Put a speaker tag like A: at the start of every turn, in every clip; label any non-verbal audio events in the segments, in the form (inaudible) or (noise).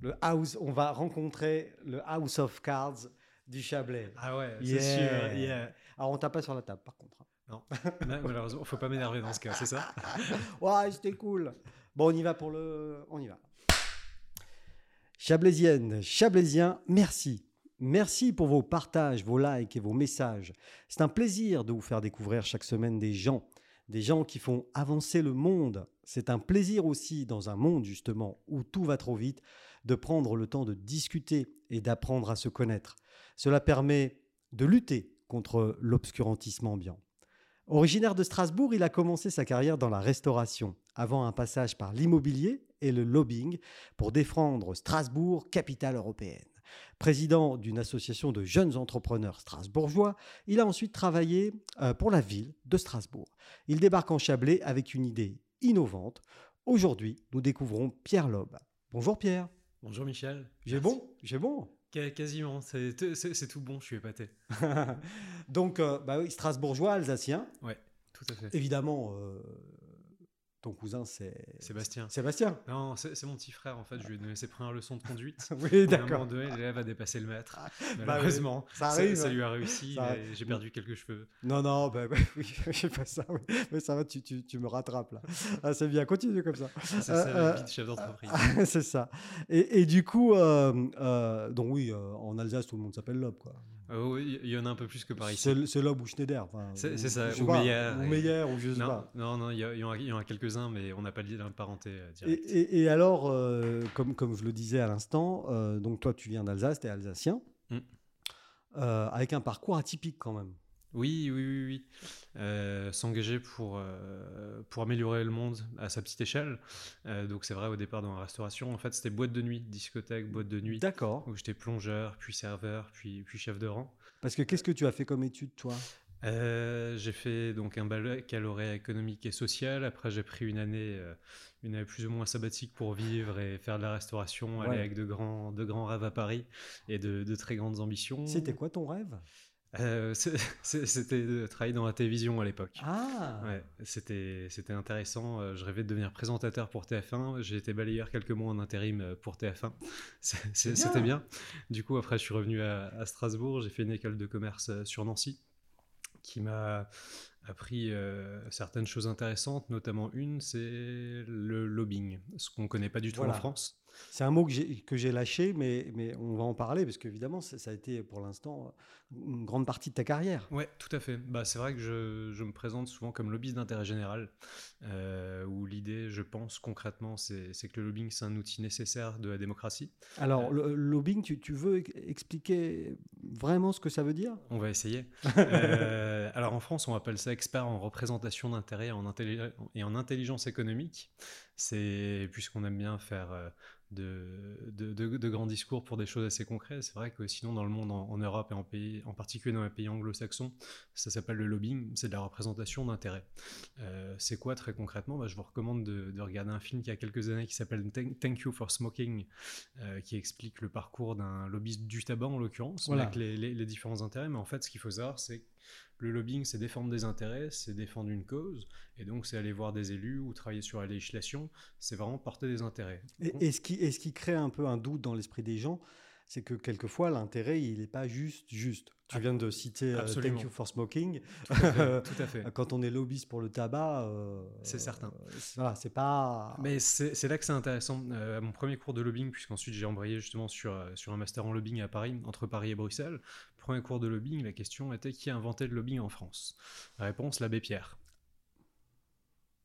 A: le house, on va rencontrer le House of Cards du Chablais.
B: Ah ouais,
A: Yeah.
B: c'est sûr. yeah.
A: Alors on tape pas sur la table par contre.
B: Ma- Malheureusement, faut pas m'énerver dans ce cas, c'est ça
A: Ouais, c'était cool. Bon, on y va pour le. On y va. Chablaisienne, Chablaisien, merci. Merci pour vos partages, vos likes et vos messages. C'est un plaisir de vous faire découvrir chaque semaine des gens, des gens qui font avancer le monde. C'est un plaisir aussi, dans un monde justement où tout va trop vite, de prendre le temps de discuter et d'apprendre à se connaître. Cela permet de lutter contre l'obscurantisme ambiant. Originaire de Strasbourg, il a commencé sa carrière dans la restauration, avant un passage par l'immobilier et le lobbying pour défendre Strasbourg, capitale européenne. Président d'une association de jeunes entrepreneurs strasbourgeois, il a ensuite travaillé euh, pour la ville de Strasbourg. Il débarque en Chablais avec une idée innovante. Aujourd'hui, nous découvrons Pierre Loeb. Bonjour Pierre.
B: Bonjour Michel.
A: J'ai bon J'ai bon (laughs)
B: Qua- Quasiment, c'est c'est- c'est tout bon, je suis épaté.
A: Donc, euh, bah oui, strasbourgeois, alsacien.
B: Tout à fait.
A: Évidemment, euh, ton cousin, c'est...
B: Sébastien.
A: Sébastien. (laughs)
B: Non, c'est c'est mon petit frère en fait, je lui ai donné ses premières leçons de conduite.
A: Oui,
B: À un moment
A: d'accord. Ah, bah
B: donné, l'élève a dépassé le maître.
A: oui,
B: Malheureusement,
A: ça
B: ça,
A: arrive,
B: ça
A: hein.
B: lui a réussi,
A: Ça
B: mais j'ai perdu quelques cheveux.
A: Non, non, bah, (laughs) bah, oui, je sais pas ça. oui. Mais ça va, tu, tu- tu me rattrapes là. Ah, c'est bien, continue comme ça. (laughs)
B: C'est
A: Euh,
B: ça,
A: euh,
B: la vie de chef d'entreprise.
A: c'est ça. Et, et du coup, euh, euh, donc oui, euh, en Alsace, tout le monde s'appelle Lob. Quoi.
B: Euh, oui, Il y en a un peu plus que par ici.
A: ah. C'est, c'est Lob ou Schneider. enfin,
B: C'est-
A: ou-
B: c'est ça,
A: je sais
B: ou
A: pas,
B: Meyer,
A: Ou
B: et-
A: Meyer, ou je sais
B: Non,
A: pas.
B: non, non, il y, a- il y en a- il y en a quelques-uns, mais on n'a pas de lien de parenté euh,
A: Et,
B: direct.
A: et- et alors, euh, comme, comme je le disais à l'instant, euh, donc toi, tu viens d'Alsace, tu es alsacien,
B: Mm.
A: Euh, avec un parcours atypique quand même.
B: Oui, oui, oui, oui. Euh, S'engager pour, euh, pour améliorer le monde à sa petite échelle. Euh, donc c'est vrai, au départ dans la restauration, en fait, c'était boîte de nuit, discothèque, boîte de nuit,
A: D'accord.
B: où j'étais plongeur, puis serveur, puis, puis chef de rang.
A: Parce que qu'est-ce que tu as fait comme étude, toi
B: Euh, j'ai fait donc un baccalauréat économique et social. Après, j'ai pris une année, euh, une année plus ou moins sabbatique pour vivre et faire de la restauration,
A: Ouais.
B: aller avec de grands, de grands rêves à Paris et de, de très grandes ambitions.
A: C'était quoi ton rêve
B: Euh, (laughs) c'est- c'est- C'était de travailler dans la télévision à l'époque.
A: Ah
B: Ouais, c'était c'était intéressant. Euh, Je rêvais de devenir présentateur pour TF1. J'ai été balayeur quelques mois en intérim euh, pour TF1. (laughs) C'est- c'est-
A: bien.
B: C'était bien. Du coup, après, je suis revenu à, à Strasbourg. J'ai fait une école de commerce euh, sur Nancy qui m'a appris euh, certaines choses intéressantes, notamment une, c'est le lobbying, ce qu'on ne connaît pas du tout
A: Voilà.
B: en France.
A: C'est un mot que j'ai- que j'ai lâché, mais, mais on va en parler, parce qu'évidemment, ça, ça a été pour l'instant une grande partie de ta carrière.
B: Ouais, tout à fait. Bah, c'est vrai que je, je me présente souvent comme lobbyiste d'intérêt général, euh, où l'idée, je pense concrètement, c'est c'est que le lobbying, c'est un outil nécessaire de la démocratie.
A: Alors,
B: Euh.
A: le le lobbying, tu, tu veux ex- expliquer vraiment ce que ça veut dire
B: On va essayer. Euh, alors en France, on appelle ça expert en représentation d'intérêt en intelli- et en intelligence économique. C'est puisqu'on aime bien faire euh, de, de- de- de grands discours pour des choses assez concrètes. C'est vrai que sinon, dans le monde, en, en Europe et en pays, en particulier dans les pays anglo-saxons, ça s'appelle le lobbying. C'est de la représentation d'intérêt. Euh, c'est quoi très concrètement Bah, Je vous recommande de, de regarder un film qui a quelques années qui s'appelle Thank Thank You for Smoking, euh, qui explique le parcours d'un lobbyiste du tabac en l'occurrence, mais
A: Voilà.
B: avec les, les- les différents intérêts. Mais en fait, ce qu'il faut savoir, c'est que le lobbying, c'est défendre des intérêts, c'est défendre une cause, et donc c'est aller voir des élus ou travailler sur la législation, c'est vraiment porter des intérêts.
A: Et, et ce qui, et ce qui crée un peu un doute dans l'esprit des gens, c'est que quelquefois, l'intérêt, il n'est pas juste juste. Tu viens de citer euh,
B: Ah. Absolument.
A: Thank You for Smoking.
B: Tout à fait. tout à fait.
A: Quand on est lobbyiste pour le tabac, euh,
B: C'est certain.
A: euh, Voilà, c'est pas.
B: Mais c'est c'est là que c'est intéressant. Euh, à mon premier cours de lobbying, puisqu'ensuite j'ai embrayé justement sur, euh, sur un master en lobbying à Paris, entre Paris et Bruxelles, premier cours de lobbying, la question était qui a inventé le lobbying en France La réponse, l'abbé Pierre.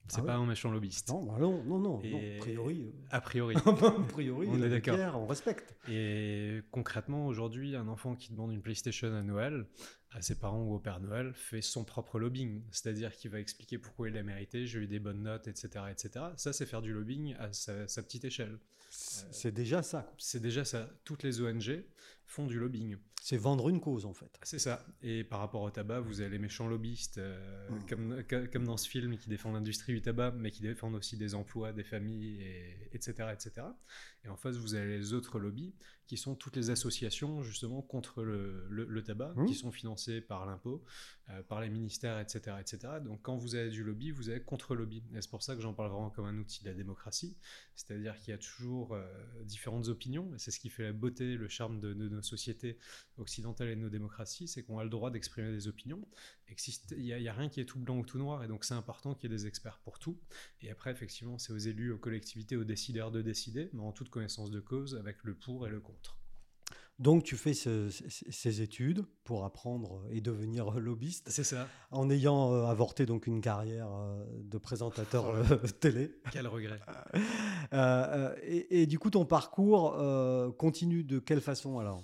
B: C'est
A: Ah ouais
B: pas un méchant lobbyiste.
A: Non, bah non, non, non, non,
B: Et-
A: a priori. (laughs)
B: (laughs)
A: euh,
B: A priori.
A: a priori,
B: On
A: la
B: est d'accord.
A: guerre, on respecte.
B: Et concrètement, aujourd'hui, un enfant qui demande une PlayStation à Noël, à ses parents ou au Père Noël, fait son propre lobbying. C'est-à-dire qu'il va expliquer pourquoi il l'a mérité, j'ai eu des bonnes notes, etc. etc. Ça, c'est faire du lobbying à sa- sa petite échelle. Euh.
A: C'est déjà ça. quoi.
B: C'est déjà ça. Toutes les ONG font du lobbying.
A: C'est vendre une cause, en fait.
B: C'est ça. Et par rapport au tabac, vous avez les méchants lobbyistes, euh,
A: Mm.
B: comme, que- comme dans ce film, qui défendent l'industrie du tabac, mais qui défendent aussi des emplois, des familles, et, etc., etc. Et Et en face, vous avez les autres lobbies, qui sont toutes les associations justement contre le, le- le tabac,
A: Mhm.
B: qui sont financées par l'impôt, euh, par les ministères, etc., etc. Donc quand vous avez du lobby, vous avez contre-lobby. Et c'est pour ça que j'en parle vraiment comme un outil de la démocratie. C'est-à-dire qu'il y a toujours euh, différentes opinions, et c'est ce qui fait la beauté, le charme de, de nos sociétés occidentales et de nos démocraties, c'est qu'on a le droit d'exprimer des opinions, et que si c'est- il n'y a, il y a rien qui est tout blanc ou tout noir, et donc c'est important qu'il y ait des experts pour tout. Et après, effectivement, c'est aux élus, aux collectivités, aux décideurs de décider, mais en toute connaissance de cause, avec le pour et le contre.
A: Donc tu fais ce- ce- ces études pour apprendre et devenir (laughs) lobbyiste
B: C'est ça.
A: en ayant euh, avorté donc une carrière euh, de présentateur
B: Oh
A: euh, (laughs) télé.
B: Quel regret.
A: Euh, euh, et, et du coup ton parcours euh, continue de quelle façon alors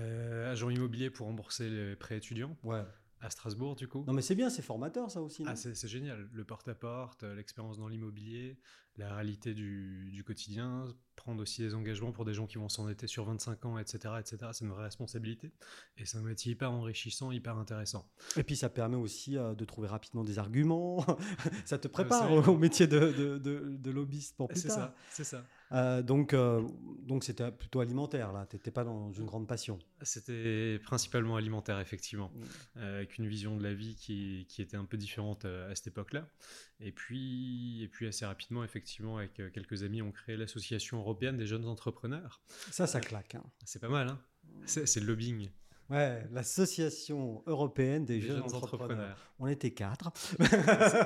B: Euh, agent immobilier pour rembourser les prêts étudiants
A: Ouais.
B: à Strasbourg, du coup.
A: Non mais c'est bien, c'est formateur ça aussi. non
B: Ah, c'est c'est génial, le porte-à-porte, euh, l'expérience dans l'immobilier, la réalité du, du quotidien, prendre aussi des engagements pour des gens qui vont s'endetter sur 25 ans, etc. etc. C'est une vraie responsabilité et c'est un métier hyper enrichissant, hyper intéressant.
A: Et puis ça permet aussi euh, de trouver rapidement des arguments. (laughs) ça te prépare
B: Ah, vrai.
A: au, au métier de, de- de- de lobbyiste pour plus
B: C'est
A: tard.
B: ça, c'est ça.
A: Euh, donc euh, donc c'était plutôt alimentaire là. T'étais pas dans une grande passion.
B: C'était principalement alimentaire, effectivement,
A: Mm.
B: euh, avec une vision de la vie qui, qui était un peu différente euh, à cette époque-là. Et puis, et puis, assez rapidement, effectivement, avec euh, quelques amis, on créé l'association européenne des jeunes entrepreneurs.
A: Ça
B: Euh,
A: ça claque. hein.
B: C'est pas mal, hein C'est c'est le lobbying
A: Ouais, l'association européenne des,
B: des
A: jeunes,
B: jeunes
A: entrepreneurs.
B: entrepreneurs.
A: On était
B: (laughs)
A: quatre.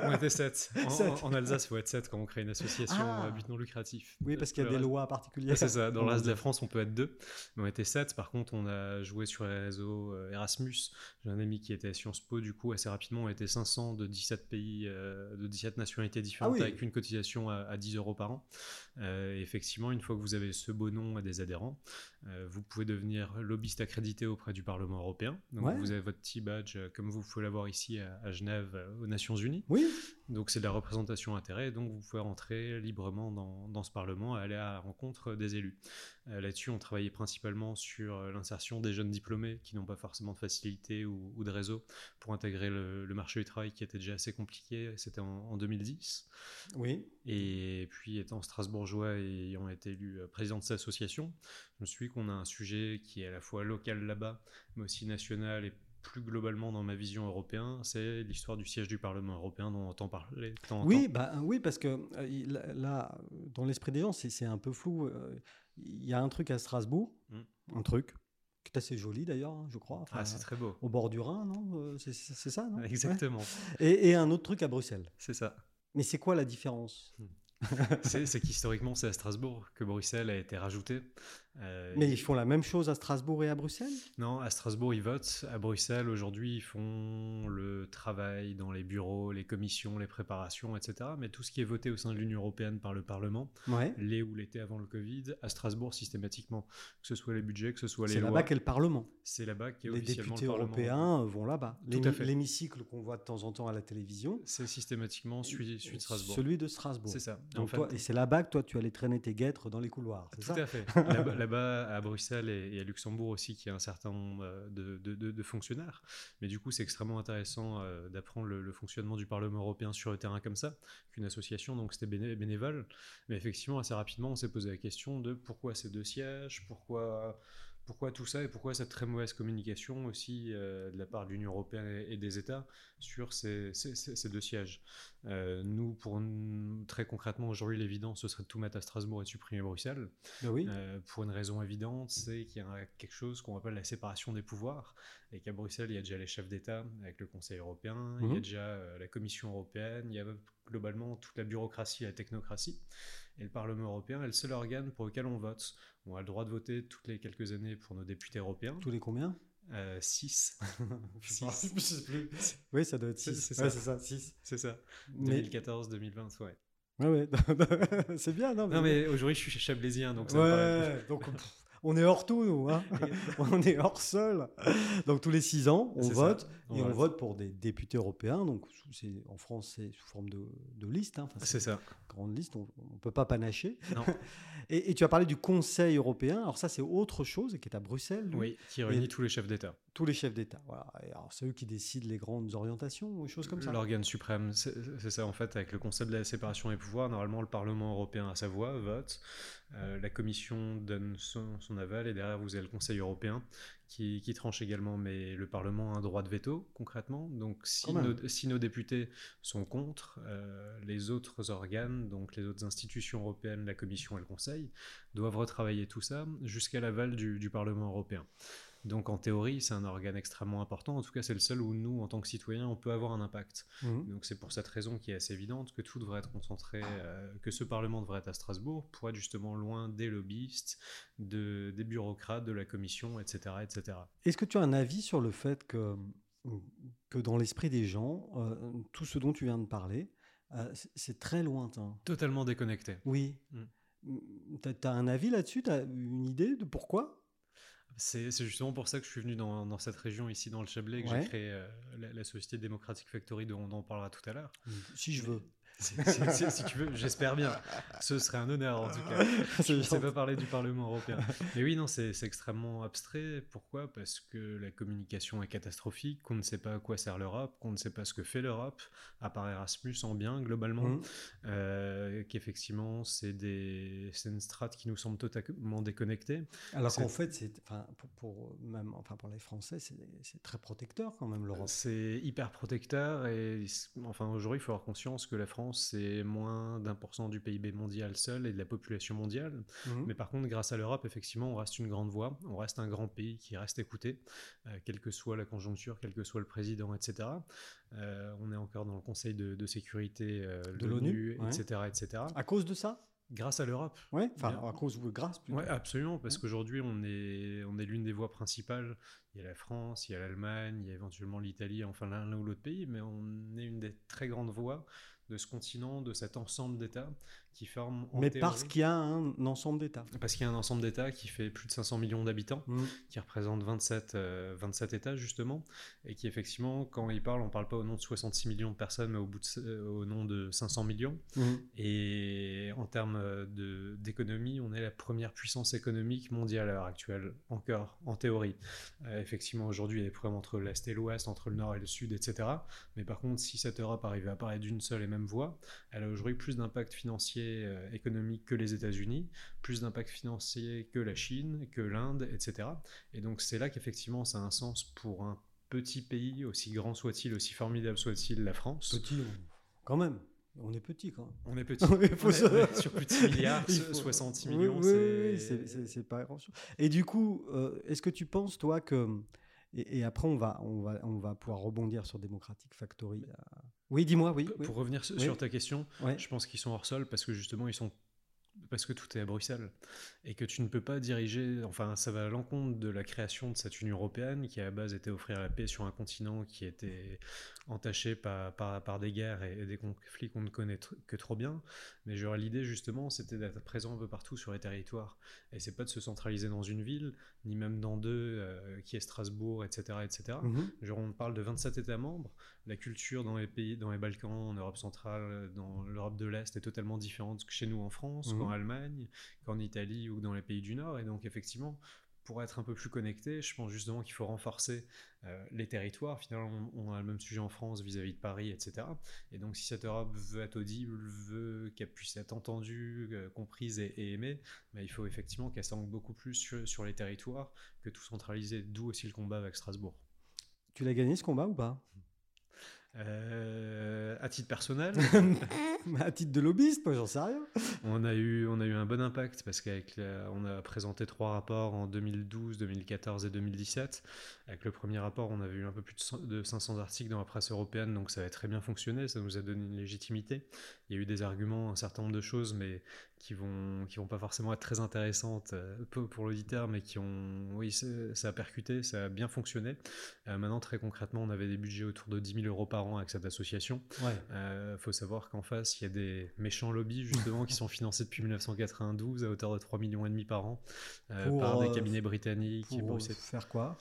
B: on était sept. En,
A: Sept.
B: en- en Alsace, il faut être sept quand on crée une association
A: Ah.
B: à but non lucratif.
A: Oui, parce qu'il y a
B: Le
A: des
B: reste-
A: lois particulières.
B: C'est ça, dans le reste de la
A: Donc,
B: France, on peut être deux. Mais on était sept. Par contre, on a joué sur les réseaux euh, Erasmus. J'ai un ami qui était à Sciences Po. Du coup, assez rapidement, on était 500 de 17 pays, euh, de 17 nationalités différentes,
A: Ah oui.
B: avec une cotisation à, à 10 euros par an. Euh, et effectivement, une fois que vous avez ce beau nom et des adhérents, euh, vous pouvez devenir lobbyiste accrédité auprès du Parlement européen. Donc,
A: Ouais.
B: vous avez votre petit badge, euh, comme vous pouvez l'avoir ici à- à Genève, euh, aux Nations Unies.
A: Oui,
B: Donc c'est de la représentation intérêt, donc vous pouvez rentrer librement dans, dans ce Parlement et aller à la rencontre des élus. Euh, Là-dessus, on travaillait principalement sur euh, l'insertion des jeunes diplômés qui n'ont pas forcément de facilité ou, ou de réseau pour intégrer le, le marché du travail qui était déjà assez compliqué, c'était en, en 2010.
A: oui.
B: Et puis étant strasbourgeois et ayant été élu euh, président de cette association, je me suis dit qu'on a un sujet qui est à la fois local là-bas, mais aussi national et plus globalement dans ma vision européenne, c'est l'histoire du siège du Parlement européen dont on entend parler tant en temps.
A: Oui, bah, oui, parce que euh, il- là, dans l'esprit des gens, c'est c'est un peu flou. euh, Il y a un truc à Strasbourg,
B: Mm.
A: un truc, qui est assez joli d'ailleurs, hein, je crois. enfin,
B: Ah, c'est très beau.
A: Au bord du Rhin, non Euh, C'est c'est- c'est ça, non Ouais.
B: Exactement,
A: Et, et un autre truc à Bruxelles.
B: c'est ça.
A: Mais c'est quoi la différence
B: C'est c'est qu'historiquement, c'est à Strasbourg que Bruxelles a été rajoutée. Euh,
A: Mais
B: ils-
A: ils font la même chose à Strasbourg et à Bruxelles
B: Non, à Strasbourg, ils votent. À Bruxelles, aujourd'hui, ils font le travail dans les bureaux, les commissions, les préparations, etc. Mais tout ce qui est voté au sein de l'Union européenne par le Parlement,
A: Ouais.
B: l'est ou l'était avant le Covid, à Strasbourg, systématiquement. Que ce soit les budgets, que ce soit les
A: C'est là-bas
B: lois,
A: qu'est le Parlement.
B: c'est là-bas qu'est
A: Les
B: officiellement
A: députés
B: le Parlement.
A: européens euh, vont là-bas.
B: Tout à
A: L'hémi-
B: fait.
A: L'hémicycle qu'on voit de temps en temps à la télévision,
B: C'est systématiquement celui, celui de Strasbourg.
A: celui de Strasbourg.
B: C'est ça. Et en
A: Donc
B: fait,
A: toi- et c'est là-bas que toi, tu allais traîner tes guêtres dans les couloirs. c'est
B: Tout
A: ça
B: à fait.
A: (laughs)
B: Là-bas, là-bas, à Bruxelles et, et à Luxembourg aussi, qui y a un certain nombre euh, de, de- de- de fonctionnaires. Mais du coup, c'est extrêmement intéressant euh, d'apprendre le, le fonctionnement du Parlement européen sur le terrain comme ça, qu'une association, donc c'était béné- bénévole. Mais effectivement, assez rapidement, on s'est posé la question de pourquoi ces deux sièges, pourquoi, pourquoi tout ça, et pourquoi cette très mauvaise communication aussi euh, de la part de l'Union européenne et, et des États sur ces, ces- ces- ces deux sièges. Euh, nous, pour nous, très concrètement, aujourd'hui, l'évidence, ce serait de tout mettre à Strasbourg et de supprimer Bruxelles.
A: Ben oui.
B: Euh, pour une raison évidente, c'est qu'il y a quelque chose qu'on appelle la séparation des pouvoirs, et qu'à Bruxelles, il y a déjà les chefs d'État avec le Conseil européen, il y a
A: Mhm.
B: déjà euh, la Commission européenne, il y a globalement toute la bureaucratie et la technocratie, et le Parlement européen est le seul organe pour lequel on vote. On a le droit de voter toutes les quelques années pour nos députés européens, Euh,
A: Tous les combien
B: (laughs) 6,
A: sais pas, je sais plus. Oui, ça doit être
B: C'est-
A: 6.
B: c'est
A: Ouais,
B: ça.
A: c'est ça, 6.
B: c'est ça,
A: Mais...
B: 2014-2020, ouais.
A: Ouais, ouais. (laughs) c'est bien, non
B: Non mais aujourd'hui, je suis chablaisien, donc ça me paraît-
A: Ouais, donc pff, on est hors tout, nous. hein. (laughs) on est hors sol. Donc tous les 6 ans, on
B: C'est ça.
A: vote. et on
B: Voilà.
A: vote pour des députés européens. Donc c'est- en France, c'est sous forme de, de liste. hein. Enfin, c'est
B: C'est ça.
A: une grande liste, on ne peut pas panacher.
B: Non.
A: (laughs) Et, et tu as parlé du Conseil européen. Alors ça, c'est autre chose, et qui est à Bruxelles. lui.
B: Oui, qui réunit tous les chefs d'État.
A: Tous les chefs d'État. Voilà. Et alors, c'est eux qui décident les grandes orientations ou des choses comme ça.
B: L'organe suprême, c'est c'est ça en fait, avec le concept de la séparation des pouvoirs, normalement le Parlement européen a sa voix, vote, Euh, la Commission donne son, son, aval et derrière vous avez le Conseil européen qui, qui, tranche également, mais le Parlement a un droit de veto concrètement. Donc si, nos, si nos, députés sont contre, euh, les autres organes, donc les autres institutions européennes, la Commission et le Conseil, doivent retravailler tout ça jusqu'à l'aval du, du Parlement européen. Donc en théorie, c'est un organe extrêmement important. En tout cas, c'est le seul où nous, en tant que citoyens, on peut avoir un impact.
A: Mhm.
B: Mmh. Donc c'est pour cette raison qui est assez évidente que tout devrait être concentré, euh, que ce Parlement devrait être à Strasbourg pour être justement loin des lobbyistes, de, des bureaucrates, de la Commission, etc. etc.
A: Est-ce que tu as un avis sur le fait que, que dans l'esprit des gens, euh, tout ce dont tu viens de parler, euh, c'est très lointain
B: Totalement déconnecté.
A: Oui. Mmh.
B: Mm.
A: Tu as un avis là-dessus Tu as une idée de pourquoi
B: c'est justement pour ça que je suis venu dans, dans cette région ici dans le Chablais que ouais. j'ai créé euh, la, la, société Democratic Factory dont, dont on parlera tout à l'heure.
A: Si je veux.
B: Si, si, si, si tu veux, j'espère bien. Ce serait un honneur en tout
A: (laughs)
B: cas. Je ne sais pas parler du Parlement européen. Mais oui, non, c'est extrêmement abstrait. Pourquoi Parce que la communication est catastrophique, qu'on ne sait pas à quoi sert l'Europe, qu'on ne sait pas ce que fait l'Europe, à part Erasmus en bien globalement,
A: Mm.
B: mmh. euh, qu'effectivement c'est une strate qui nous semble totalement déconnectée.
A: Alors qu'en fait, c'est Enfin, pour, pour, même enfin pour les Français, c'est très protecteur quand même l'Europe.
B: C'est hyper protecteur et enfin aujourd'hui il faut avoir conscience que la France c'est moins d'un pour cent du PIB mondial seul et de la population mondiale.
A: Mm. Mhm.
B: Mmh. Mais par contre grâce à l'Europe effectivement on reste une grande voix, on reste un grand pays qui reste écouté, euh, quelle que soit la conjoncture, quel que soit le président, etc. Euh, on est encore dans le Conseil de, de sécurité euh, de, de l'ONU, ouais. etc., etc.
A: À cause de ça
B: grâce à l'Europe.
A: Oui, enfin, à cause ou grâce
B: plutôt. Oui, absolument, parce ouais. qu'aujourd'hui, on est, on est l'une des voies principales. Il y a la France, il y a l'Allemagne, il y a éventuellement l'Italie, enfin l'un ou l'autre pays, mais on est une des très grandes voies de ce continent, de cet ensemble d'États qui forment.
A: En Mais théorie, parce qu'il y a un ensemble d'États. Mhm.
B: Parce qu'il y a un ensemble d'États qui fait plus de 500 millions d'habitants, mmh. qui représente 27, euh, 27 États justement, et qui effectivement, quand ils parlent, on ne parle pas au nom de 66 millions de personnes, mais au, bout de, euh, au nom de 500 millions. Mmh. Et en termes euh, d'économie, on est la première puissance économique mondiale à l'heure actuelle, encore, en théorie. Euh, effectivement, aujourd'hui, il y a des problèmes entre l'Est et l'Ouest, entre le Nord et le Sud, etc. Mais par contre, si cette Europe arrivait à parler d'une seule et même voie, elle a aujourd'hui plus d'impact financier euh, économique que les États-Unis, plus d'impact financier que la Chine, que l'Inde, etc. Et donc c'est là qu'effectivement ça a un sens pour un petit pays, aussi grand soit-il, aussi formidable soit-il, la France.
A: Petit, quand même. On est petit quand même.
B: On
A: (laughs)
B: est petit. Il faut on se... est, on est sur plus de 6 milliards, faut... 60 millions.
A: Oui, oui c'est oui, pas grand-chose. Et du coup, euh, est-ce que tu penses, toi, que. Et, et, après, on va, on, va, on va pouvoir rebondir sur Democratic Factory. euh, Oui, dis-moi, oui, oui,
B: Pour revenir sur oui. ta question, oui. je pense qu'ils sont hors sol parce que justement, ils sont parce que tout est à Bruxelles et que tu ne peux pas diriger, enfin ça va à l'encontre de la création de cette Union européenne qui à la base était offrir la paix sur un continent qui était entaché par, par, par des guerres et, et des conflits qu'on ne connaît que trop bien, mais j'aurais l'idée justement c'était d'être présent un peu partout sur les territoires et c'est pas de se centraliser dans une ville, ni même dans deux euh, qui est Strasbourg, etc. etc.
A: Mmh.
B: Mm
A: Mhm.
B: -hmm. Genre on parle de 27 États membres, la culture dans les pays, dans les Balkans, en Europe centrale, euh, dans l'Europe de l'Est est totalement différente que chez nous en France. Mm -hmm qu'en Allemagne, qu'en Italie ou dans les pays du Nord. Et donc, effectivement, pour être un peu plus connecté, je pense justement qu'il faut renforcer euh, les territoires. Finalement, on, on, a le même sujet en France vis-à-vis -vis de Paris, etc. Et donc, si cette Europe veut être audible, veut qu'elle puisse être entendue, euh, comprise et, et aimée, bah, il faut effectivement qu'elle s'engue beaucoup plus sur, sur, les territoires que tout centraliser. D'où aussi le combat avec Strasbourg.
A: Tu l'as gagné ce combat ou pas
B: euh, à titre personnel
A: (laughs) à titre de lobbyiste moi j'en sais rien
B: on a eu on a eu un bon impact parce qu'avec on a présenté trois rapports en 2012 2014 et 2017 avec le premier rapport on avait eu un peu plus de 500 articles dans la presse européenne donc ça avait très bien fonctionné ça nous a donné une légitimité il y a eu des arguments un certain nombre de choses mais qui vont qui vont pas forcément être très intéressantes euh, pour l'auditeur mais qui ont oui ça a percuté ça a bien fonctionné euh, maintenant très concrètement on avait des budgets autour de 10 000 euros par avec cette association. Il ouais. euh, faut savoir qu'en face, il y a des méchants lobbies justement qui sont financés depuis 1992 à hauteur de 3 millions et demi par an euh, par des cabinets britanniques.
A: Pour et faire quoi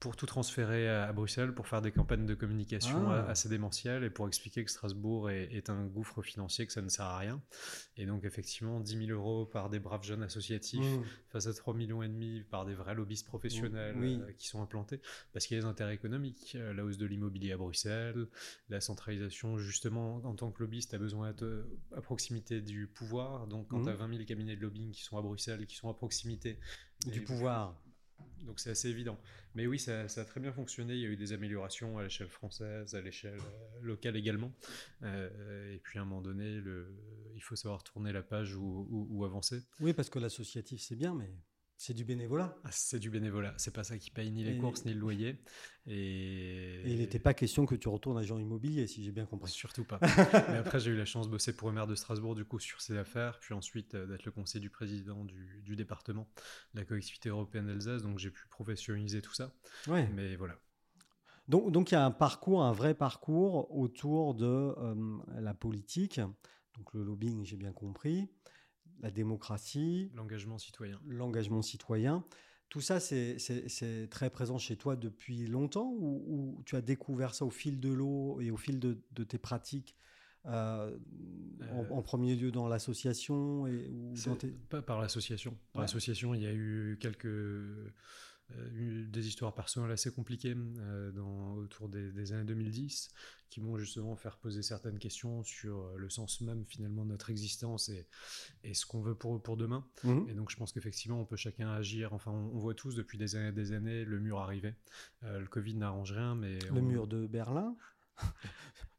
B: pour tout transférer à, à Bruxelles, pour faire des campagnes de communication
A: Ah.
B: a- assez démentielles et pour expliquer que Strasbourg est, est un gouffre financier, que ça ne sert à rien. Et donc, effectivement, 10 000 euros par des braves jeunes associatifs
A: Mm.
B: face à 3,5 millions et demi par des vrais lobbyistes professionnels
A: Oui.
B: euh, qui sont implantés, parce qu'il y a des intérêts économiques, euh, la hausse de l'immobilier à Bruxelles, la centralisation, justement, en tant que lobbyiste, tu as besoin d'être euh, à proximité du pouvoir, donc quand
A: Mhm.
B: tu as 20 000 cabinets de lobbying qui sont à Bruxelles, qui sont à proximité
A: Du
B: des-
A: pouvoir.
B: donc c'est assez évident. Mais oui, ça, ça a très bien fonctionné. Il y a eu des améliorations à l'échelle française, à l'échelle euh, locale également. Euh, et puis à un moment donné, le, il faut savoir tourner la page ou, ou- ou avancer.
A: Oui, parce que l'associatif, c'est bien, mais c'est du bénévolat.
B: Ah, c'est du bénévolat. C'est pas ça qui paye ni les
A: Et-
B: courses ni le loyer. Et,
A: Et il n'était pas question que tu retournes agent immobilier, si j'ai bien compris. (laughs)
B: Surtout pas. Mais après, j'ai eu la chance de bosser pour le maire de Strasbourg, du coup, sur ses affaires, puis ensuite euh, d'être le conseiller du président du, du département de la collectivité européenne d'Alsace. Donc, j'ai pu professionnaliser tout ça.
A: Ouais.
B: Mais voilà.
A: Donc, donc il y a un parcours, un vrai parcours autour de euh, la politique, donc le lobbying, j'ai bien compris, la démocratie,
B: L'engagement citoyen.
A: l'engagement citoyen. Tout ça, c'est- c'est c'est très présent chez toi depuis longtemps ou, ou tu as découvert ça au fil de l'eau et au fil de, de tes pratiques euh,
B: Euh,
A: en, en premier lieu dans l'association et ou dans
B: C'est-
A: tes-
B: Pas par l'association. Par
A: Ouais.
B: l'association, il y a eu quelques euh, eu des histoires personnelles assez compliquées euh, dans, autour des, des années 2010 qui vont justement faire poser certaines questions sur euh, le sens même finalement de notre existence et, et ce qu'on veut pour, pour demain.
A: Mhm.
B: Et donc je pense qu'effectivement on peut chacun agir. Enfin, on, on voit tous depuis des années et des années le mur arriver. Euh, le Covid n'arrange rien, mais
A: Le
B: on-
A: mur de Berlin
B: (laughs)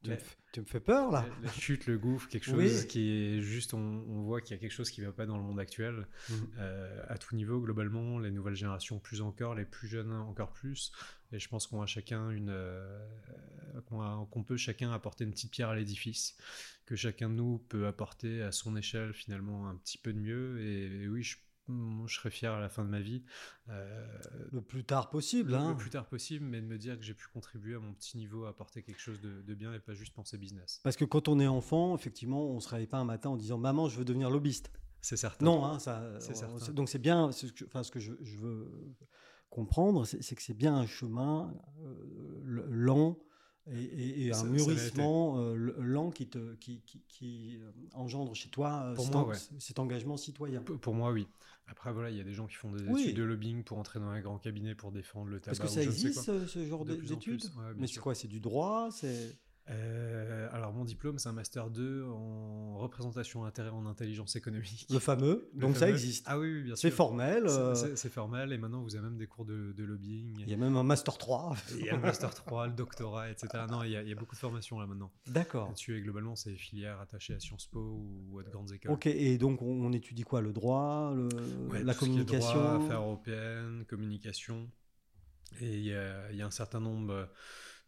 A: tu, me,
B: Mais- Euh.
A: f- tu me fais peur là
B: La, la chute, le gouffre, quelque chose
A: Oui.
B: qui est juste, on, on voit qu'il y a quelque chose qui ne va pas dans le monde actuel,
A: Mhm.
B: Euh, à tout niveau, globalement, les nouvelles générations plus encore, les plus jeunes encore plus, et je pense qu'on a chacun une, euh, qu'on a- qu'on peut chacun apporter une petite pierre à l'édifice, que chacun de nous peut apporter à son échelle finalement un petit peu de mieux, et, et oui, je, moi, je serais fier à la fin de ma vie. euh,
A: Le plus tard possible.
B: le-
A: hein.
B: le plus tard possible, mais de me dire que j'ai pu contribuer à mon petit niveau, à apporter quelque chose de, de bien et pas juste penser business.
A: Parce que quand on est enfant, effectivement, on ne se réveille pas un matin en disant Maman, je veux devenir lobbyiste.
B: C'est certain.
A: Non, hein, ça.
B: C'est
A: on-
B: certain.
A: c'est- donc c'est bien, c'est ce que, enfin, ce que je, je veux comprendre, c'est c'est que c'est bien un chemin euh, le- lent et, et- et un
B: Ça- ça l'a été.
A: mûrissement euh, le- lent qui, te, qui, qui- qui, euh, engendre chez toi euh,
B: Pour
A: cet,
B: moi,
A: en-
B: ouais. Ah
A: cet engagement citoyen.
B: P- Pour moi, oui. Après, voilà, il y a des gens qui font des
A: Oui.
B: études de lobbying pour entrer dans un grand cabinet pour défendre le tabac.
A: Parce que
B: ou
A: ça
B: bah je ne sais
A: existe,
B: quoi.
A: euh, ce genre
B: De
A: de-
B: plus en plus,
A: d'études
B: ouais, bien
A: Mais c'est
B: sûr.
A: quoi C'est du droit c'est-
B: Euh, alors, mon diplôme, c'est un master 2 en représentation intérêt en intelligence économique.
A: Le fameux.
B: Le
A: donc ça
B: fameux-
A: existe.
B: Ah oui, oui, bien sûr.
A: c'est formel. euh,
B: C'est- C'est c'est formel. Et maintenant, vous avez même des cours de, de lobbying.
A: Il y a même un Master 3.
B: Il y a le master 3, le doctorat, etc. Non, il y a, il y a beaucoup de formations là maintenant.
A: (laughs) D'accord.
B: Là-dessus, et globalement, c'est filières attachées à Sciences Po ou à de grandes écoles.
A: Ok, et donc on, on étudie quoi Le droit, le-
B: Ouais,
A: la
B: tout ce qui est droit,
A: communication
B: affaires européennes, communication. Et il y, a il y a un certain nombre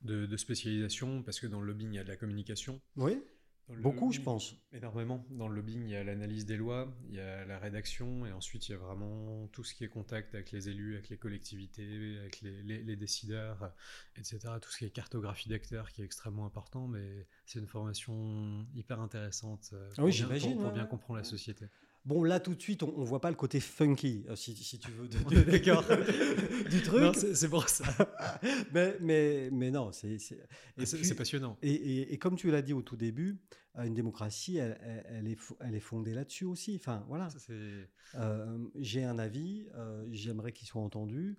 B: de, de spécialisations, parce que dans le lobbying, il y a de la communication.
A: Oui,
B: Dans le
A: beaucoup, je
B: lobbying,
A: pense.
B: Énormément. Dans le lobbying, il y a l'analyse des lois, il y a la rédaction, et ensuite, il y a vraiment tout ce qui est contact avec les élus, avec les collectivités, avec les, les- les décideurs, euh, etc. Tout ce qui est cartographie d'acteurs qui est extrêmement important, mais c'est une formation hyper intéressante euh, pour, bien,
A: Ah j'imagine,
B: pour- pour
A: ouais,
B: bien
A: ouais.
B: comprendre la société.
A: Bon, là tout de suite, on, on voit pas le côté funky, euh, si, si tu veux,
B: (laughs)
A: de-
B: On est d'accord.
A: du truc.
B: Non, c'est c'est pour ça.
A: mais, mais, mais non, c'est. c'est-
B: Et Ah, c'est
A: puis-
B: c'est passionnant.
A: Et, et- et comme tu l'as dit au tout début, euh, une démocratie, elle, elle- elle est, fo- elle est fondée là-dessus aussi. Enfin, voilà.
B: Ça, c'est-
A: Euh, j'ai un avis, euh, j'aimerais qu'il soit entendu.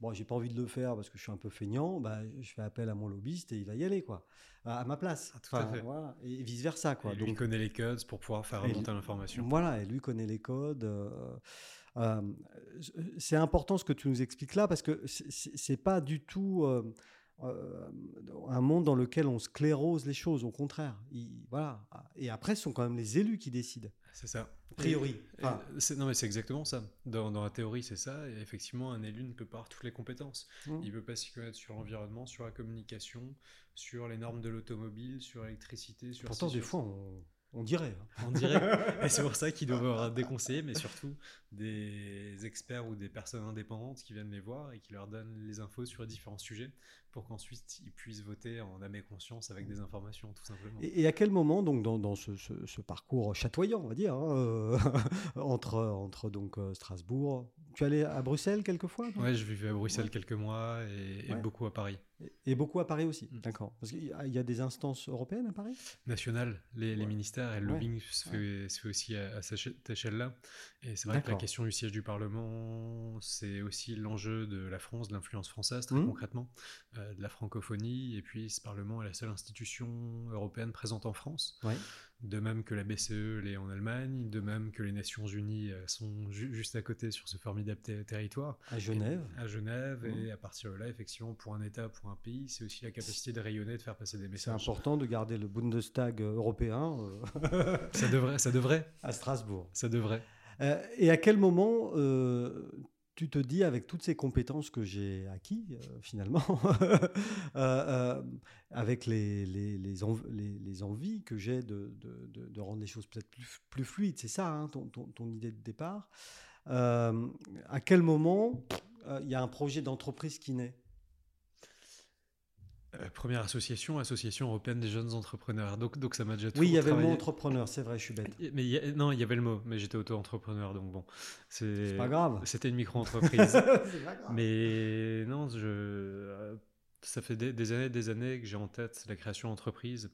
A: Bon, j'ai pas envie de le faire parce que je suis un peu feignant. bah, je fais appel à mon lobbyiste et il va y aller, quoi, Euh, à, à ma place.
B: Ah, tout à fait.
A: voilà. Et vice versa, quoi.
B: Et lui, il
A: Donc,
B: connaît les codes pour pouvoir faire
A: Et Mm. lui-
B: remonter l'information.
A: voilà, et lui connaît les codes. euh, euh, c'est important ce que tu nous expliques là parce que c'est- c'est c'est pas du tout euh, euh, un monde dans lequel on sclérose les choses. Au contraire, Il- voilà. Et après, ce sont quand même les élus qui décident.
B: C'est ça.
A: A priori.
B: Et-
A: Enfin,
B: et c'est- non, mais c'est exactement ça. Dans, dans la théorie, c'est ça. Et effectivement, un élu ne peut pas avoir toutes les compétences.
A: Mm.
B: Il ne peut pas s'y connaître sur l'environnement, sur la communication, sur les normes de l'automobile, sur l'électricité. Sur
A: pourtant,
B: ci,
A: des
B: sur
A: fois, on, on dirait. hein.
B: ça. On dirait. (laughs) et c'est pour ça qu'ils doivent avoir des conseillers, mais surtout des experts ou des personnes indépendantes qui viennent les voir et qui leur donnent les infos sur différents sujets pour qu'ensuite ils puissent voter en âme et conscience avec
A: Mm.
B: des informations, tout simplement.
A: (laughs) Et, et à quel moment, donc, dans, dans ce, ce- (laughs) ce parcours chatoyant, on va dire, hein, euh, entre, entre donc euh, Strasbourg, tu allais à Bruxelles quelquefois
B: Ouais, je vivais à Bruxelles quelques mois et, et
A: Ouais.
B: beaucoup à Paris.
A: Et beaucoup à Paris aussi,
B: Mm.
A: d'accord. Parce qu'il y a- il y a des instances européennes à Paris
B: National, les, les
A: Ouais.
B: ministères et le
A: Ouais.
B: lobbying se, fait, se fait aussi à, à cette échelle-là. Et c'est vrai que la
A: D'accord.
B: question du siège du Parlement, c'est aussi l'enjeu de la France, de l'influence française, très
A: Mhm.
B: concrètement, euh, de la francophonie. Et puis, ce Parlement est la seule institution européenne présente en France.
A: Ouais.
B: De même que la BCE l'est en Allemagne, de même que les Nations Unies euh, sont ju- juste à côté sur ce formidable ter- territoire.
A: À Genève
B: À Genève,
A: Mhm.
B: et à partir de là, effectivement, pour un État, pour un pays, c'est aussi la capacité de rayonner, de faire passer des
A: Mais c'est
B: messages.
A: important de garder le Bundestag européen euh, (laughs)
B: Ça devrait, ça devrait,
A: à Strasbourg.
B: ça devrait.
A: Euh, et à quel moment euh, tu te dis, avec toutes ces compétences que j'ai acquises euh, finalement, (laughs) euh, euh, avec les, les, les, env- les- les envies que j'ai de, de- de- de rendre les choses peut-être plus, plus fluides, c'est ça hein, ton, ton- ton idée de départ, euh, à quel moment euh, il y a un projet d'entreprise qui naît
B: Euh, première association, Association européenne des jeunes entrepreneurs. Donc, donc ça m'a déjà
A: Oui, il y
B: toujours
A: avait le mot
B: travaillé.
A: entrepreneur, c'est vrai, je suis bête.
B: Mais il y a- non, il y avait le mot, mais j'étais auto-entrepreneur, donc bon.
A: C'est
B: C'est
A: pas grave.
B: C'était
A: (laughs)
B: une
A: C'est
B: micro-entreprise.
A: pas grave.
B: mais non, je, euh, ça fait des, des années des années que j'ai en tête la création d'entreprise.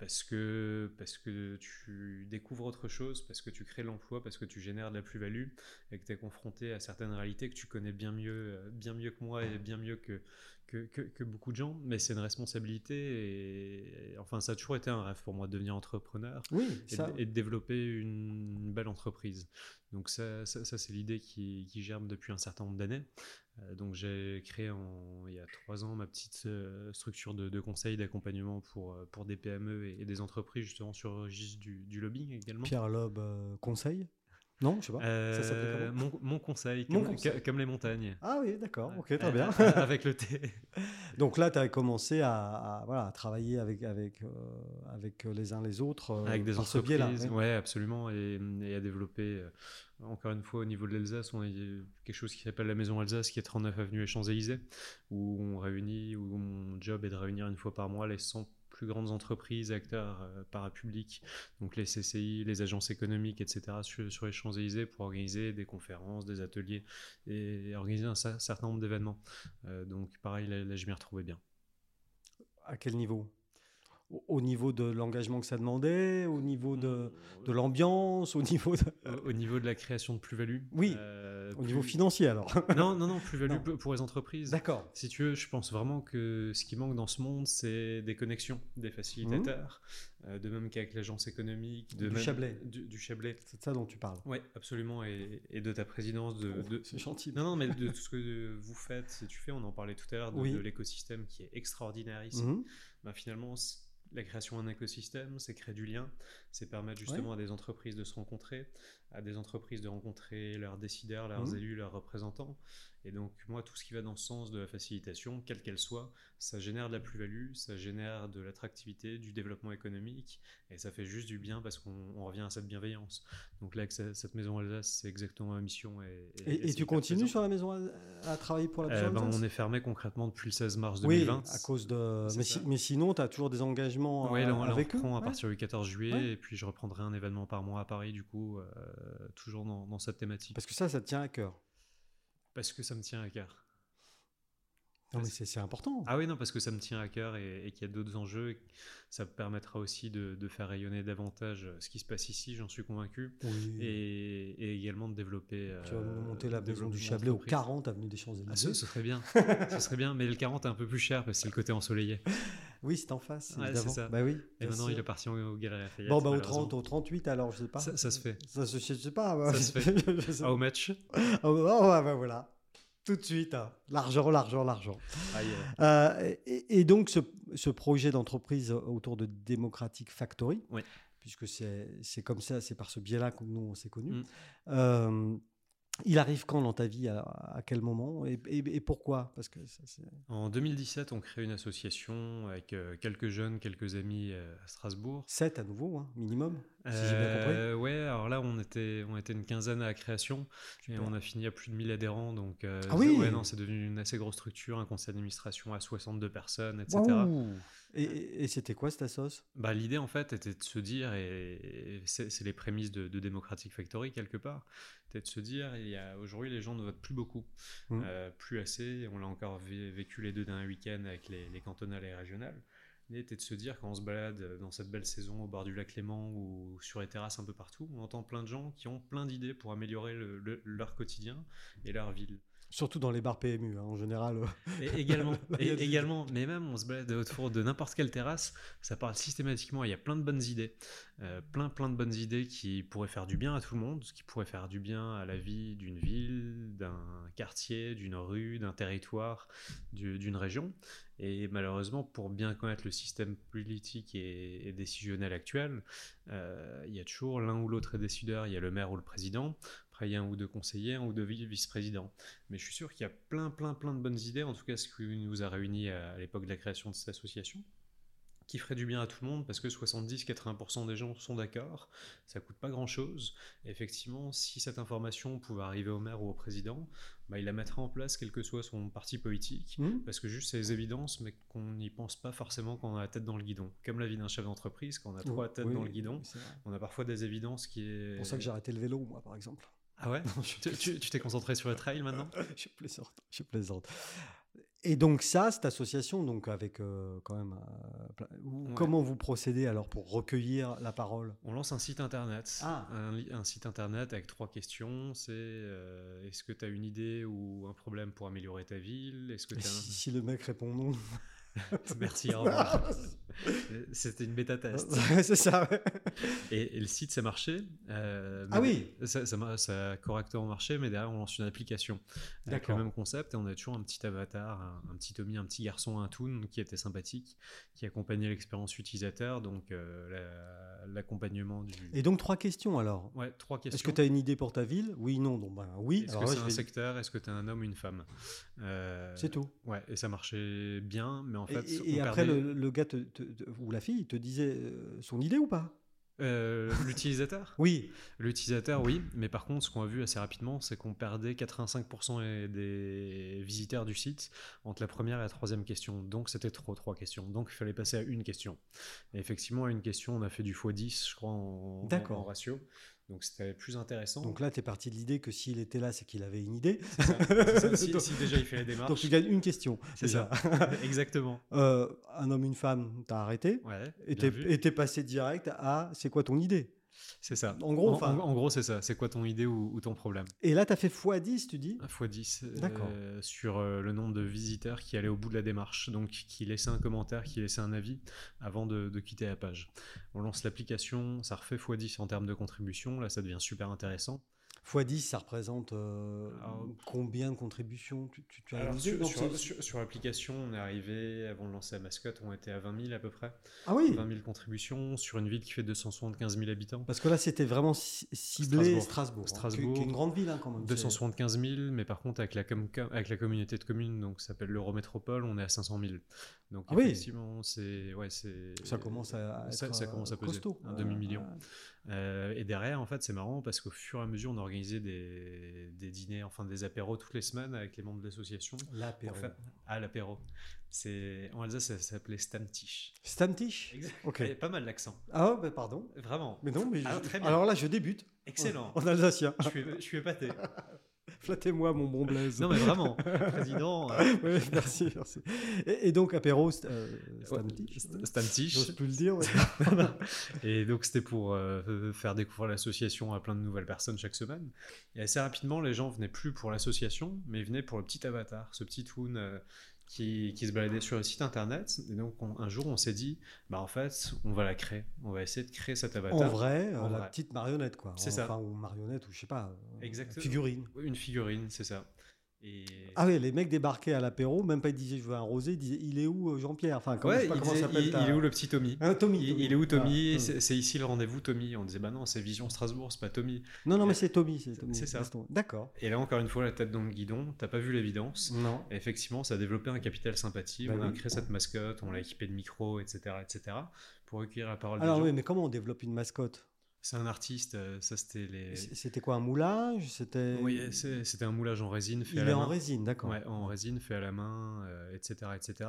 B: Parce que, parce que tu découvres autre chose, parce que tu crées de l'emploi, parce que tu génères de la plus-value et que tu es confronté à certaines réalités que tu connais bien mieux, euh, bien mieux que moi et bien mieux que, que, que- que beaucoup de gens. Mais c'est une responsabilité et, et enfin, ça a toujours été un rêve pour moi de devenir entrepreneur
A: Oui,
B: et,
A: ça,
B: de- et de développer une belle entreprise. Donc ça, ça, ça, c'est l'idée qui, qui germe depuis un certain nombre d'années. Euh, donc j'ai créé en- il y a trois ans ma petite euh, structure de, de conseil d'accompagnement pour, euh, pour des PME et, et des entreprises justement sur le registre du, du lobbying également.
A: Pierre Loeb euh, conseil Non, je sais pas. ça s'appelait
B: Euh, mon, mon conseil,
A: Mon
B: comme,
A: conseil.
B: ca- comme les montagnes.
A: Ah oui, d'accord, ok,
B: Euh,
A: très (laughs) bien.
B: euh, (laughs) Avec le thé.
A: Donc là, tu as commencé à, à, voilà, à travailler avec, avec, euh, avec les uns les autres. euh,
B: Avec des
A: par ce biais-là,
B: entreprises,
A: ouais.
B: ouais, absolument, et, et à développer. euh, Encore une fois, au niveau de l'Alsace, on a euh, quelque chose qui s'appelle la Maison Alsace, qui est 39 avenue et Champs-Élysées, où on réunit, où mon job est de réunir une fois par mois les 100 plus grandes entreprises, acteurs euh, parapublics, donc les CCI, les agences économiques, etc., sur, sur les Champs-Élysées pour organiser des conférences, des ateliers et organiser un cer- certain nombre d'événements. Euh, donc, pareil, là, là, je m'y retrouvais bien.
A: À quel niveau au, au niveau de l'engagement que ça demandait, au niveau de, de l'ambiance, au niveau, de-
B: Euh, Au- au niveau de la création de plus-value
A: Oui,
B: euh,
A: au niveau
B: plus-
A: financier alors.
B: (laughs) Non, non, non, plus-value
A: Non.
B: pour- pour les
A: (laughs)
B: entreprises.
A: D'accord.
B: Si tu veux, je pense vraiment que ce qui manque dans ce monde, c'est des connexions, des facilitateurs, euh, de même qu'avec l'agence économique, de
A: Mmh. Du
B: même-
A: Chablais.
B: Du, du Chablais.
A: C'est de ça dont tu parles.
B: Oui, absolument, et, et de ta présidence, de,
A: Oh,
B: de-
A: C'est gentil.
B: non, non, mais de tout ce que vous faites, si tu fais, on en parlait tout à l'heure, de,
A: Oui.
B: de l'écosystème qui est extraordinaire ici.
A: Mhm.
B: Bah, finalement, c- la création d'un écosystème, c'est créer du lien, c'est permettre justement à des entreprises de se rencontrer, à des entreprises de rencontrer leurs décideurs, leurs
A: Mhm.
B: élus, leurs représentants. Et donc, moi, tout ce qui va dans le sens de la facilitation, quelle qu'elle soit, ça génère de la plus-value, ça génère de l'attractivité, du développement économique, et ça fait juste du bien parce qu'on on revient à cette bienveillance. Donc là, avec ce- cette maison Alsace, c'est exactement ma mission. Et, et-
A: Et,
B: et
A: et
B: c'est
A: tu
B: hyper
A: continues
B: plaisant.
A: sur la maison à, à travailler pour la
B: Euh,
A: maison
B: ben,
A: Alsace
B: On est fermé concrètement depuis le 16 mars
A: Oui,
B: 2020.
A: à cause de.
B: C'est
A: Mais,
B: ça.
A: si- mais sinon, tu as toujours des engagements
B: Ouais,
A: euh,
B: là, on, là, on
A: avec eux.
B: reprend à
A: ouais.
B: partir du 14 juillet
A: Ouais.
B: et puis je reprendrai un événement par mois à Paris, du coup, euh, toujours dans, dans cette thématique.
A: Parce que ça, ça te tient à cœur.
B: Parce que ça me tient à cœur.
A: Non, mais
B: Parce-
A: c'est c'est important.
B: Ah oui, non, parce que ça me tient à cœur et, et qu'il y a d'autres enjeux. et que ça me permettra aussi de, de faire rayonner davantage euh, ce qui se passe ici, j'en suis convaincu.
A: Oui.
B: Et, et également de développer.
A: Mm. Tu vas nous
B: euh,
A: monter la maison
B: développer
A: du
B: mon
A: Chablais au
B: entreprise.
A: 40 avenue des
B: Ah, ce,
A: Champs-Élysées.
B: ce serait bien, ce serait bien, mais le 40 est un peu plus cher parce que c'est le côté ensoleillé.
A: oui, c'est en face.
B: Ouais,
A: évidemment.
B: c'est ça.
A: Bah oui.
B: Et
A: bien
B: maintenant,
A: sûr.
B: il est parti en- au Galerie Lafayette.
A: Bon, bah, au
B: malheureusement.
A: 30, au 38, alors, je sais pas.
B: Ça- ça se fait.
A: (laughs) Ça se, je sais pas. bah,
B: Ça se fait.
A: (laughs) je sais
B: Ah, au match.
A: pas. Oh, bah, bah, voilà. Tout de suite. hein. L'argent, l'argent, l'argent.
B: Aïe, euh,
A: Euh, et, et donc, ce, ce projet d'entreprise autour de Democratic Factory,
B: Oui.
A: puisque c'est c'est comme ça, c'est par ce biais-là que nous, on s'est connus.
B: Mm.
A: euh, il arrive quand dans ta vie À, à quel moment et, et- et pourquoi Parce que ça, c'est-
B: En 2017, on crée une association avec euh, quelques jeunes, quelques amis euh, à Strasbourg.
A: 7 à nouveau, hein, minimum. Si j'ai bien compris.
B: Euh, ouais, alors là, on était, on était une quinzaine à la création et
A: Super.
B: on a fini à plus de 1000 adhérents. Donc, euh,
A: Ah oui
B: ouais, non, c'est devenu une assez grosse structure, un conseil d'administration à 62 personnes, etc.
A: Waouh Et, et- et c'était quoi cette sauce
B: Bah, L'idée, en fait, était de se dire, et c'est c'est les prémices de, de Democratic Factory, quelque part, c'était de se dire, il y a- aujourd'hui, les gens ne votent plus beaucoup,
A: Mhm.
B: euh, plus assez. On l'a encore vé- vécu les deux derniers week-ends avec les, les cantonales et les régionales. L'idée était de se dire, quand on se balade dans cette belle saison au bord du lac Léman ou sur les terrasses un peu partout, on entend plein de gens qui ont plein d'idées pour améliorer le- le- leur quotidien et leur ville.
A: Surtout dans les bars PMU, hein, en général. euh,
B: Et
A: (laughs)
B: également,
A: Il y
B: et
A: a des-
B: également, mais même on se balade autour de n'importe quelle terrasse, ça parle systématiquement. Il y a plein de bonnes idées, Euh, plein plein de bonnes idées qui pourraient faire du bien à tout le monde, qui pourraient faire du bien à la vie d'une ville, d'un quartier, d'une rue, d'un territoire, du- d'une région. Et malheureusement, pour bien connaître le système politique et, et décisionnel actuel, euh, il y a toujours l'un ou l'autre décideur. Il y a le maire ou le président. Après, il y a un ou deux conseillers, un ou deux vi- vice-présidents. Mais je suis sûr qu'il y a plein, plein, plein de bonnes idées, en tout cas ce qui nous a réunis euh, à à l'époque de la création de cette association, qui ferait du bien à tout le monde parce que 70-80% des gens sont d'accord, ça coûte pas grand-chose. Et Effectivement, si cette information pouvait arriver au maire ou au président, bah, il la mettra en place quel que soit son parti politique.
A: hmm
B: Parce que juste c'est les évidences, mais qu'on n'y pense pas forcément quand on a la tête dans le guidon. Comme la vie d'un chef d'entreprise, quand on a trois têtes
A: Oui,
B: dans le guidon,
A: c'est vrai.
B: on a parfois des évidences qui est.
A: C'est pour ça que j'ai arrêté le vélo, moi, par exemple. (laughs)
B: Ah ouais Tu- Tu tu t'es concentré sur le trail maintenant
A: je plaisante, je plaisante. Et donc ça, cette association, donc avec euh, quand même, euh, plein- ou-
B: Ouais.
A: comment vous procédez alors pour recueillir la parole
B: On lance un site internet.
A: Ah.
B: Un, li- un site internet avec trois questions. C'est euh, est-ce que tu as une idée ou un problème pour améliorer ta ville Est-ce que
A: Et
B: tu
A: si,
B: (laughs)
A: si le mec répond non,
B: Merci, au revoir. C'était une bêta test.
A: c'est ça. (laughs) ouais.
B: (laughs) Et, et le site, ça marché. euh,
A: Ah
B: mais-
A: oui.
B: ça, ça, mar- ça a correctement marché, mais derrière, on lance une application avec le
A: D'accord.
B: même concept et on a toujours un petit avatar, un, un petit Tommy, un petit garçon, un Toon qui était sympathique, qui accompagnait l'expérience utilisateur, donc euh, la- l'accompagnement du.
A: Et donc trois questions alors.
B: Ouais, trois questions.
A: Est-ce que tu as une idée pour ta ville Oui, non. Donc ben oui.
B: Est-ce
A: Alors
B: que
A: là,
B: c'est
A: je
B: un
A: vais-
B: secteur Est-ce que t'es un homme ou une femme Euh,
A: C'est tout.
B: Ouais, et ça marchait bien, mais en
A: Et-
B: fait.
A: et et
B: on
A: après,
B: perdait-
A: le, le gars te- te- te- ou la fille te disait euh, son idée ou pas (laughs)
B: Euh, l'utilisateur
A: Oui.
B: L'utilisateur, oui, mais par contre, ce qu'on a vu assez rapidement, c'est qu'on perdait 85% et- des visiteurs du site entre la première et la troisième question. Donc, c'était trop, trois questions. Donc, il fallait passer à une question. Et effectivement, à une question, on a fait du x10, je crois, en, en-
A: D'accord.
B: en ratio. Donc, c'était plus intéressant.
A: Donc là, tu es parti de l'idée que s'il était là, c'est qu'il avait une idée.
B: Oh. C'est
A: (laughs)
B: ça. (laughs) C'est ça. Si,
A: Donc-
B: si déjà il fait la démarche,
A: Donc tu gagnes une question.
B: c'est
A: déjà.
B: ça. Exactement.
A: Euh, un homme, une femme, t'as arrêté
B: Ouais,
A: et
B: bien
A: t'es
B: vu.
A: et t'es passé direct à c'est quoi ton idée
B: C'est ça.
A: En gros,
B: en,
A: enfin-
B: en- en gros, c'est ça. C'est quoi ton idée ou, ou ton problème
A: Et là, t'as fait x10, tu dis
B: x 10
A: D'accord.
B: euh, sur euh, le nombre de visiteurs qui allaient au bout de la démarche, donc qui laissaient un commentaire, qui laissaient un avis avant de, de quitter la page. On lance l'application, ça refait x 10 en termes de contribution. Là, ça devient super intéressant.
A: x10, ça représente euh,
B: Alors,
A: combien de contributions tu, tu- tu as une idée
B: sur,
A: Non, Bah, c'est-
B: l'application, on est arrivé, avant de lancer la mascotte, on était à 20 000 à peu
A: (coughs)
B: près.
A: Ah oui
B: 20 000 contributions sur une ville qui fait 275 000 habitants.
A: Parce que là, c'était vraiment ci- ciblé Strasbourg.
B: Strasbourg.
A: hein, qui- qui, est une grande ville hein, quand même. c'est-
B: 275 000, mais par contre, avec la, com- avec la communauté de communes, donc ça s'appelle l'Eurométropole, on est à 500 000. Donc,
A: Ah oui.
B: effectivement, c'est. Ouais, c'est-
A: Ça commence à, à
B: ça-
A: être,
B: ça
A: euh,
B: commence à peser,
A: costaud. Ah,
B: un demi-million.
A: Ouais.
B: Euh, et derrière, en fait, c'est marrant parce qu'au fur et à mesure, on organisait des, des dîners, enfin des apéros toutes les semaines avec les membres de l'association.
A: L'apéro.
B: Pour faire- Ah, l'apéro. C'est- En Alsace, ça s'appelait Stamtisch.
A: Stamtisch
B: (laughs)
A: Ok.
B: Et Pas mal l'accent.
A: Ah, ben pardon.
B: Vraiment.
A: Mais non, mais je-
B: Alors, Ah, très bien.
A: alors là, je débute (laughs)
B: Excellent.
A: en alsacien.
B: je, suis, je suis
A: (laughs)
B: épaté.
A: Flattez-moi, mon bon Blaise.
B: Non, mais vraiment, président. euh,
A: (laughs) Ouais, merci, merci. Et, et donc, apéro, st- euh, Stamtisch,
B: St-
A: ouais.
B: Stamtisch.
A: J'ose plus le dire.
B: (laughs)
A: ouais.
B: Et donc c'était pour euh, faire découvrir l'association à plein de nouvelles personnes chaque semaine. Et assez rapidement, les gens venaient plus pour l'association, mais venaient pour le petit avatar, ce petit toon euh, qui, qui se baladait sur le site internet. Et donc on- un jour, on s'est dit, bah en fait, on va la créer. On va essayer de créer cet avatar.
A: En vrai, euh,
B: En
A: la
B: vrai.
A: petite marionnette, quoi.
B: C'est
A: enfin,
B: ça.
A: ou marionnette, ou je sais pas. euh,
B: Exactement.
A: Figurine.
B: Une figurine, c'est ça. Et...
A: Ah oui, les mecs débarquaient à l'apéro, même pas ils disaient je veux un rosé, ils disaient il est où euh, Jean-Pierre Enfin, comment, je
B: ouais,
A: sais pas
B: il,
A: comment
B: disait,
A: s'appelle
B: il-
A: ta-
B: il est où le petit Tommy
A: Hein, Tommy,
B: il, il est où Tommy
A: Ah,
B: C'est c'est ici le rendez-vous Tommy. On disait bah non, c'est Vision Strasbourg, c'est pas Tommy.
A: Non, non, mais c'est Tommy. C'est
B: C'est-
A: Tommy,
B: c'est ça.
A: laisse tomber. D'accord.
B: Et là encore une fois, la tête dans le guidon. T'as pas vu l'évidence.
A: Non.
B: Et Effectivement, ça a développé un capital sympathie.
A: Bah
B: on a
A: oui.
B: créé cette mascotte, on l'a équipée de micros, etc., etc., pour recueillir la parole
A: Alors
B: des
A: oui,
B: gens.
A: mais comment on développe une mascotte
B: C'est un artiste, euh, ça c'était les.
A: C'était quoi, un moulage C'était.
B: Oui, c'est- c'était un moulage en résine fait
A: euh, Il
B: à
A: est
B: la
A: en
B: main.
A: résine, d'accord.
B: Ouais, en résine fait à la main, euh, etc., etc.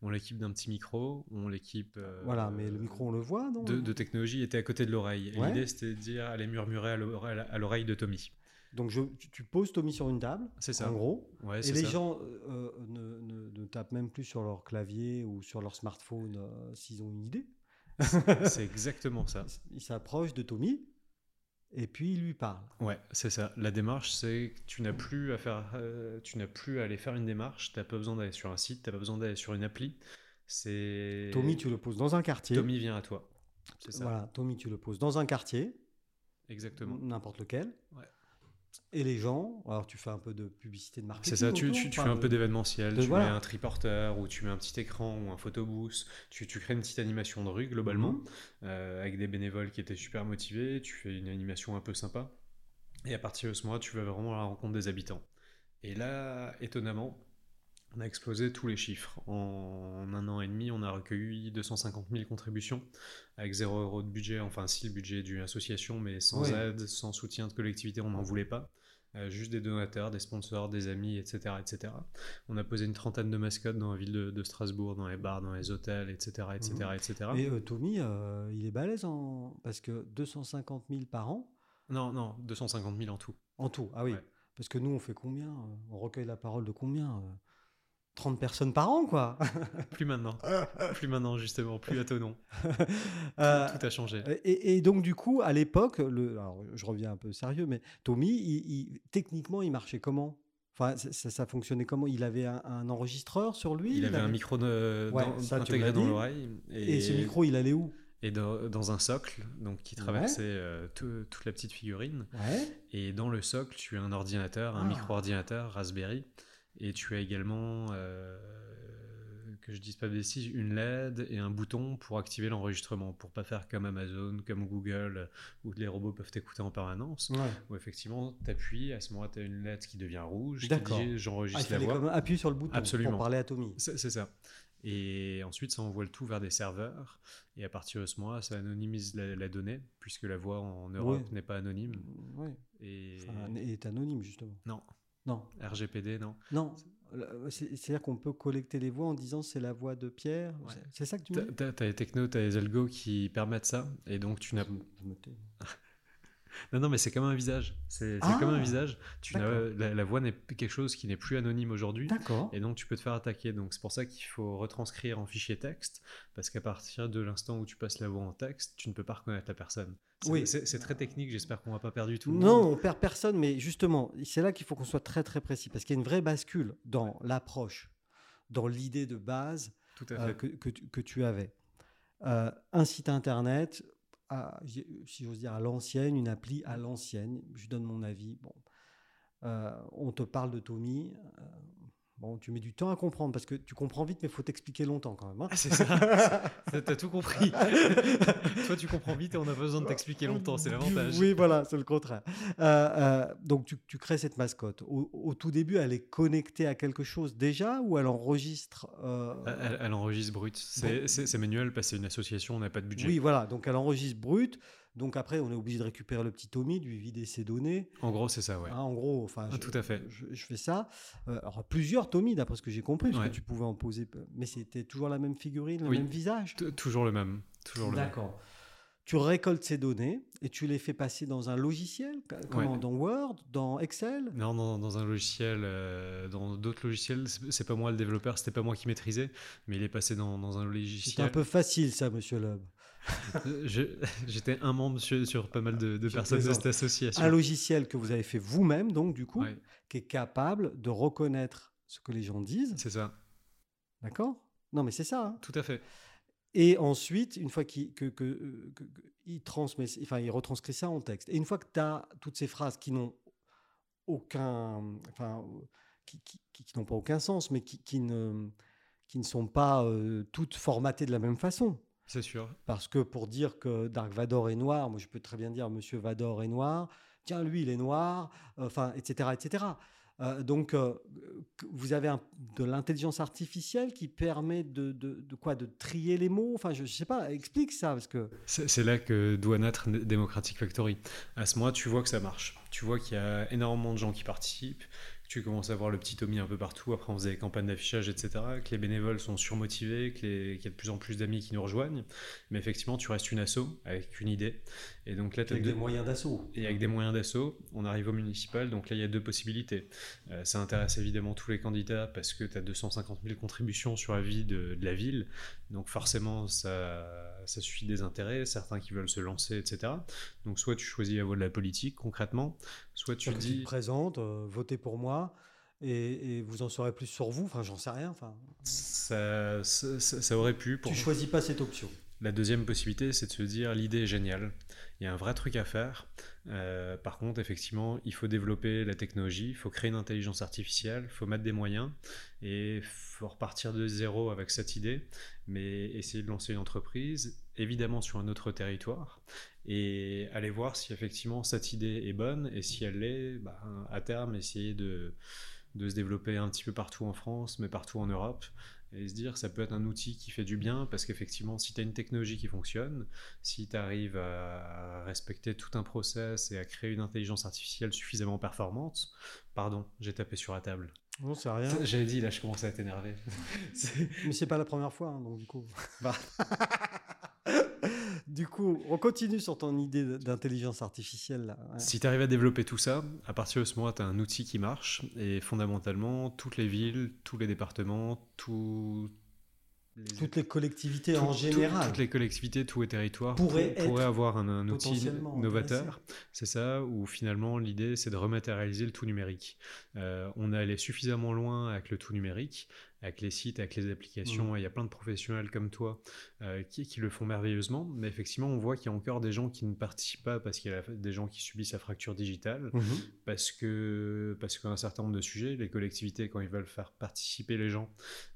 B: On l'équipe d'un petit micro, on l'équipe. euh,
A: Voilà, mais le micro, on le voit, non
B: De, de technologie était à côté de l'oreille. Et
A: Ouais.
B: L'idée c'était de dire, allez murmurer à l'oreille à l'oreille de Tommy.
A: Donc je, tu, tu poses Tommy sur une table,
B: C'est ça.
A: en gros,
B: Ouais,
A: et
B: c'est
A: les
B: ça.
A: gens euh, euh, ne, ne- ne tapent même plus sur leur clavier ou sur leur smartphone euh, s'ils ont une idée.
B: (laughs) C'est exactement ça.
A: Ils s'approchent de Tommy et puis ils lui parlent.
B: Ouais, c'est ça. La démarche, c'est que tu n'as plus à faire, euh, tu n'as plus à aller faire une démarche. T'as pas besoin d'aller sur un site, t'as pas besoin d'aller sur une appli. C'est
A: Tommy, tu le poses dans un quartier.
B: Tommy vient à toi. C'est ça.
A: Voilà, Tommy, tu le poses dans un quartier,
B: Exactement.
A: n'importe lequel.
B: Ouais.
A: Et les gens, alors tu fais un peu de publicité de marketing.
B: C'est ça, tu,
A: autour,
B: tu, tu
A: enfin,
B: fais un peu d'événementiel,
A: de-
B: tu
A: voilà.
B: mets un triporteur ou tu mets un petit écran ou un photobooth, tu, tu crées une petite animation de rue globalement,
A: Mhm.
B: euh, avec des bénévoles qui étaient super motivés, tu fais une animation un peu sympa, et à partir de ce moment-là, tu vas vraiment à la rencontre des habitants. Et là, étonnamment, on a explosé tous les chiffres. En un an et demi, on a recueilli 250 000 contributions avec 0 euros de budget, enfin si le budget est d'une association, mais sans
A: Ouais.
B: aide, sans soutien de collectivité, on n'en voulait pas. Euh, juste des donateurs, des sponsors, des amis, etc., etc. On a posé une trentaine de mascottes dans la ville de, de Strasbourg, dans les bars, dans les hôtels, etc., etc.,
A: Mhm.
B: etc.
A: Et euh, Tommy, euh, il est balèze en... parce que 250 000 par an,
B: Non, non, 250 000 en tout. (laughs)
A: en tout. Ah oui,
B: Ouais.
A: parce que nous, on fait combien euh, On recueille la parole de combien euh, 30 personnes par an, quoi. (laughs)
B: Plus maintenant, plus maintenant justement, plus à ton nom.
A: (laughs) Euh,
B: Tout a changé.
A: et, et donc, du coup, à l'époque, le... alors, je reviens un peu sérieux, mais Tommy, il- il- techniquement, il marchait comment Enfin, ça, ça- ça fonctionnait comment Il avait un, un enregistreur sur lui
B: Il avait un
A: avait-
B: micro de-
A: bah Ouais,
B: dans-
A: ça, tu
B: intégré
A: m'as
B: dans
A: dit.
B: l'oreille.
A: Et ce micro, il allait où
B: et dans, dans un socle donc qui
A: Ouais.
B: traversait euh, tout- toute la petite figurine.
A: Ouais.
B: Et dans le socle, tu as un ordinateur, un
A: Ah.
B: micro-ordinateur Raspberry, et tu as également, euh, que je dise pas de bêtises, une LED et un bouton pour activer l'enregistrement, pour pas faire comme Amazon, comme Google, où les robots peuvent t'écouter en permanence.
A: Ouais. Ah,
B: Où effectivement, t'appuies, à ce moment-là, t'as une LED qui devient rouge, qui
A: D'accord.
B: dit
A: Ah, il
B: j'enregistre la
A: fallait
B: voix.
A: quand même appuyer sur le bouton
B: Absolument.
A: pour parler à Tommy.
B: C'est c'est ça. Et ensuite, ça envoie le tout vers des serveurs. Et à partir de ce moment-là, ça anonymise la, la donnée, puisque la voix en Europe
A: Ouais.
B: n'est pas anonyme.
A: Ouais.
B: Et
A: Enfin, est anonyme, justement.
B: Non.
A: Non.
B: RGPD, non.
A: Non. la- c'est- C'est-à-dire qu'on peut collecter les voix en disant c'est la voix de Pierre.
B: Ouais.
A: c'est- C'est ça que tu
B: T'as
A: me dis
B: t'as- t'as les technos, t'as les algos qui permettent ça. Et donc, tu n'as.
A: Je me- je me tais.
B: Non, non, mais c'est comme un visage. C'est c'est
A: Ah.
B: comme un visage. Tu n'as-
A: D'accord.
B: la, la voix n'est quelque chose qui n'est plus anonyme aujourd'hui.
A: D'accord.
B: Et donc, tu peux te faire attaquer. Donc, c'est pour ça qu'il faut retranscrire en fichier texte, parce qu'à partir de l'instant où tu passes la voix en texte, tu ne peux pas reconnaître la personne. C'est-
A: Oui.
B: C'est c'est très technique, j'espère qu'on va pas perdre du tout. le monde.
A: Non, on perd personne, mais justement, c'est là qu'il faut qu'on soit très très précis, parce qu'il y a une vraie bascule dans l'approche, dans l'idée de base
B: Tout à
A: euh,
B: fait.
A: que, que tu, que tu avais. Euh, un site internet, à- j'ai- si j'ose dire à l'ancienne, une appli à l'ancienne, je donne mon avis. Bon. Euh, on te parle de Tommy. euh, bon, tu mets du temps à comprendre parce que tu comprends vite, mais il faut t'expliquer longtemps quand
B: (laughs)
A: même. hein.
B: Ah, c'est ça. T'as- T'as
A: (laughs)
B: tout compris. Toi, tu comprends vite et on a besoin de t'expliquer longtemps. C'est l'avantage.
A: Oui, voilà, c'est le contraire. Euh, euh, donc, tu, tu crées cette mascotte. Au, au tout début, elle est connectée à quelque chose déjà ou elle enregistre euh,
B: Elle, elle enregistre brut. C'est- C'est c'est manuel parce que c'est une association, on n'a pas de budget.
A: Oui, voilà. Donc, elle enregistre brut. Donc, après, on est obligé de récupérer le petit Tommy, de lui vider ses données.
B: En gros, c'est ça, ouais.
A: Hein, en gros, enfin,
B: Ah,
A: je,
B: tout à fait.
A: je, je fais ça. Euh, alors, plusieurs Tommy, d'après ce que j'ai compris, parce
B: Ouais.
A: que tu pouvais en poser. Mais c'était toujours la même figurine, le
B: Oui.
A: même visage.
B: T- Toujours le même. Toujours le même.
A: D'accord. Tu récoltes ces données et tu les fais passer dans un logiciel, ca- comment, dans Word, dans Excel
B: Non, dans, dans un logiciel, euh, dans d'autres logiciels, c'est c'est pas moi le développeur, c'était pas moi qui maîtrisais, mais il est passé dans, dans un
A: C'était
B: logiciel.
A: un peu facile, ça, monsieur Loeb.
B: Euh, (laughs) je- J'étais un membre sur, sur pas mal de, de
A: Je
B: personnes de
A: plaisante.
B: cette association.
A: Un logiciel que vous avez fait vous-même, donc, du coup,
B: Ouais,
A: qui est capable de reconnaître ce que les gens disent.
B: c'est ça,
A: D'accord Non, mais c'est ça. hein.
B: tout à fait.
A: Et ensuite, une fois qu'il que, que, euh, que- que- il transmet, enfin, il retranscrit ça en texte. Et une fois que tu as toutes ces phrases qui n'ont aucun, enfin, euh, qui, qui- qui- qui n'ont pas aucun sens, mais qui, qui ne, qui ne sont pas euh, toutes formatées de la même façon.
B: C'est sûr.
A: Parce que pour dire que Dark Vador est noir, euh, moi je peux très bien dire Monsieur Vador est noir, tiens lui il est noir, enfin etc etc. Euh, donc, euh, vous avez un- de l'intelligence artificielle qui permet de, de- de quoi De trier les mots Enfin, je ne sais pas, explique ça, parce que...
B: C'est c'est là que doit naître Democratic Factory. À ce moment tu vois que ça marche. Tu vois qu'il y a énormément de gens qui participent. que Tu commences à voir le petit Tommy un peu partout. Après, on faisait des campagnes d'affichage, etc. Que les bénévoles sont surmotivés, que les- qu'il y a de plus en plus d'amis qui nous rejoignent. Mais effectivement, tu restes une asso avec une idée. Et donc là, tu as deux-
A: d'assaut.
B: et avec des moyens d'assaut, on arrive au municipal. Donc là, il y a deux possibilités. Euh, ça intéresse évidemment tous les candidats parce que tu as 250 000 contributions sur la vie de, de la ville. Donc forcément, ça, ça suscite des intérêts, certains qui veulent se lancer, etc. Donc soit tu choisis la voie de la politique concrètement, soit tu
A: Tu
B: dis...
A: te présentes, euh, votez pour moi, et, et vous en saurez plus sur vous. Enfin, j'en sais rien. Enfin,
B: Ça, ça, ça- ça aurait pu pour
A: tu choisis pas cette option.
B: La deuxième possibilité, c'est de se dire l'idée est géniale, il y a un vrai truc à faire. Euh, par contre, effectivement, il faut développer la technologie, il faut créer une intelligence artificielle, il faut mettre des moyens et faut repartir de zéro avec cette idée, mais essayer de lancer une entreprise, évidemment sur un autre territoire, et aller voir si effectivement cette idée est bonne et si elle l'est, ben, à terme, essayer de, de se développer un petit peu partout en France, mais partout en Europe et se dire ça peut être un outil qui fait du bien parce qu'effectivement si tu as une technologie qui fonctionne, si tu arrives à respecter tout un process et à créer une intelligence artificielle suffisamment performante, pardon, j'ai tapé sur la table.
A: J'en sais rien.
B: J'avais dit là je commence à t'énerver. C'est-
A: Mais c'est pas la première fois, hein, donc du coup. Bah. (laughs) du coup, on continue sur ton idée d- d'intelligence artificielle. Là. hein. ouais.
B: (laughs) Si tu arrives à développer tout ça, à partir de ce moment-là, tu as un outil qui marche. Et fondamentalement, toutes les villes, tous les départements, tous les-
A: Toutes les collectivités
B: tout-
A: en
B: tout-
A: général.
B: toutes les collectivités, tous les territoires
A: Pourraient
B: pour- pourraient
A: être
B: avoir un, un outil
A: potentiellement
B: novateur. C'est ça, où finalement l'idée c'est de rematérialiser le tout numérique. Euh, on est allé suffisamment loin avec le tout numérique, avec les sites, avec les applications,
A: Mm.
B: et il y a plein de professionnels comme toi euh, qui, qui le font merveilleusement, mais effectivement on voit qu'il y a encore des gens qui ne participent pas parce qu'il y a la- des gens qui subissent la fracture digitale
A: Mhm.
B: parce que parce qu'un certain nombre de sujets, les collectivités quand ils veulent faire participer les gens,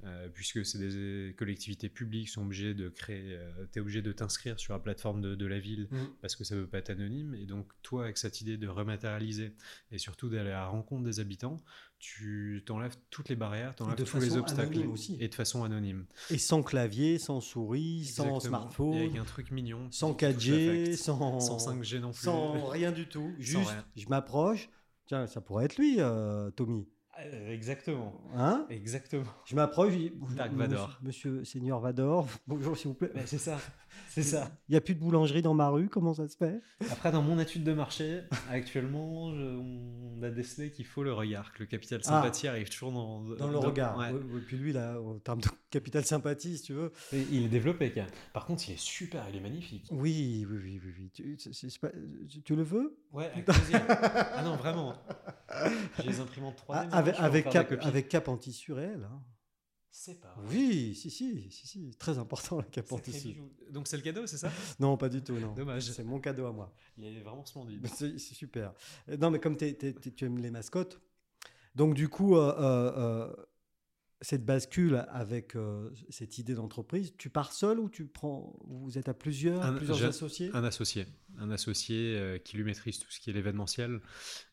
B: euh, puisque c'est des euh, collectivités publiques, sont obligés de créer, tu es obligé de t'inscrire sur la plateforme de, de la ville
A: Mhm.
B: parce que ça ne veut pas être anonyme. Et donc toi, avec cette idée de rematérialiser et surtout d'aller à la rencontre des habitants, tu t'enlèves toutes les barrières, t'enlèves
A: De
B: tous les
A: façon
B: obstacles
A: anonyme aussi.
B: et de façon anonyme.
A: Et sans clavier, sans souris, sans
B: Exactement. Et avec
A: smartphone,
B: un truc mignon, qui
A: sans
B: touche l'affect.
A: 4G, sans,
B: sans 5G non plus.
A: sans
B: (laughs)
A: rien du tout. Juste,
B: rien.
A: je m'approche. Tiens, ça pourrait être lui, euh, Tommy.
B: Euh, Exactement.
A: Hein
B: Exactement.
A: Je m'approche. je dis, Bonjour,
B: Dark
A: monsieur-
B: Vador.
A: Monsieur, Seigneur Vador, (laughs) bonjour s'il vous plaît.
B: c'est ça. C'est ça.
A: Il n'y a plus de boulangerie dans ma rue, comment ça se fait
B: Après, dans mon étude de marché, actuellement, je- on a décelé qu'il faut le regard, que le capital
A: Ah.
B: sympathie arrive toujours dans,
A: Dans le regard.
B: ouais.
A: Ouais, ouais, puis lui, là, en termes de (laughs) capital sympathie, si tu veux.
B: Et il est développé, quand même. Par contre, il est super, il est magnifique.
A: Oui, oui, oui, oui. oui. Tu, c'est- c'est pas- tu- tu le veux
B: Ouais,
A: (laughs)
B: avec plaisir. ah non, vraiment. J'ai les imprimantes 3D.
A: Ah, avec,
B: maintenant, je peux en
A: avec
B: faire
A: cap,
B: des copies. Ah
A: avec cap en tissu réel. hein.
B: C'est pas.
A: Oui, si, si, si, si. Très important, la cape en
B: Sacré
A: tissu.
B: bijou. Donc, c'est le cadeau, c'est ça
A: Non, pas du tout, non.
B: Dommage.
A: C'est mon cadeau à moi.
B: Il est vraiment
A: Mais
B: splendide.
A: C'est c'est super. Euh, Non, mais comme t'es- t'es- t'es- tu aimes les mascottes, donc du coup, euh, euh, euh, cette bascule avec euh, cette idée d'entreprise, tu pars seul ou tu prends, vous êtes à plusieurs,
B: Un-
A: plusieurs
B: j'ai-
A: associés
B: Ah, Un associé, un associé euh, qui lui maîtrise tout ce qui est l'événementiel.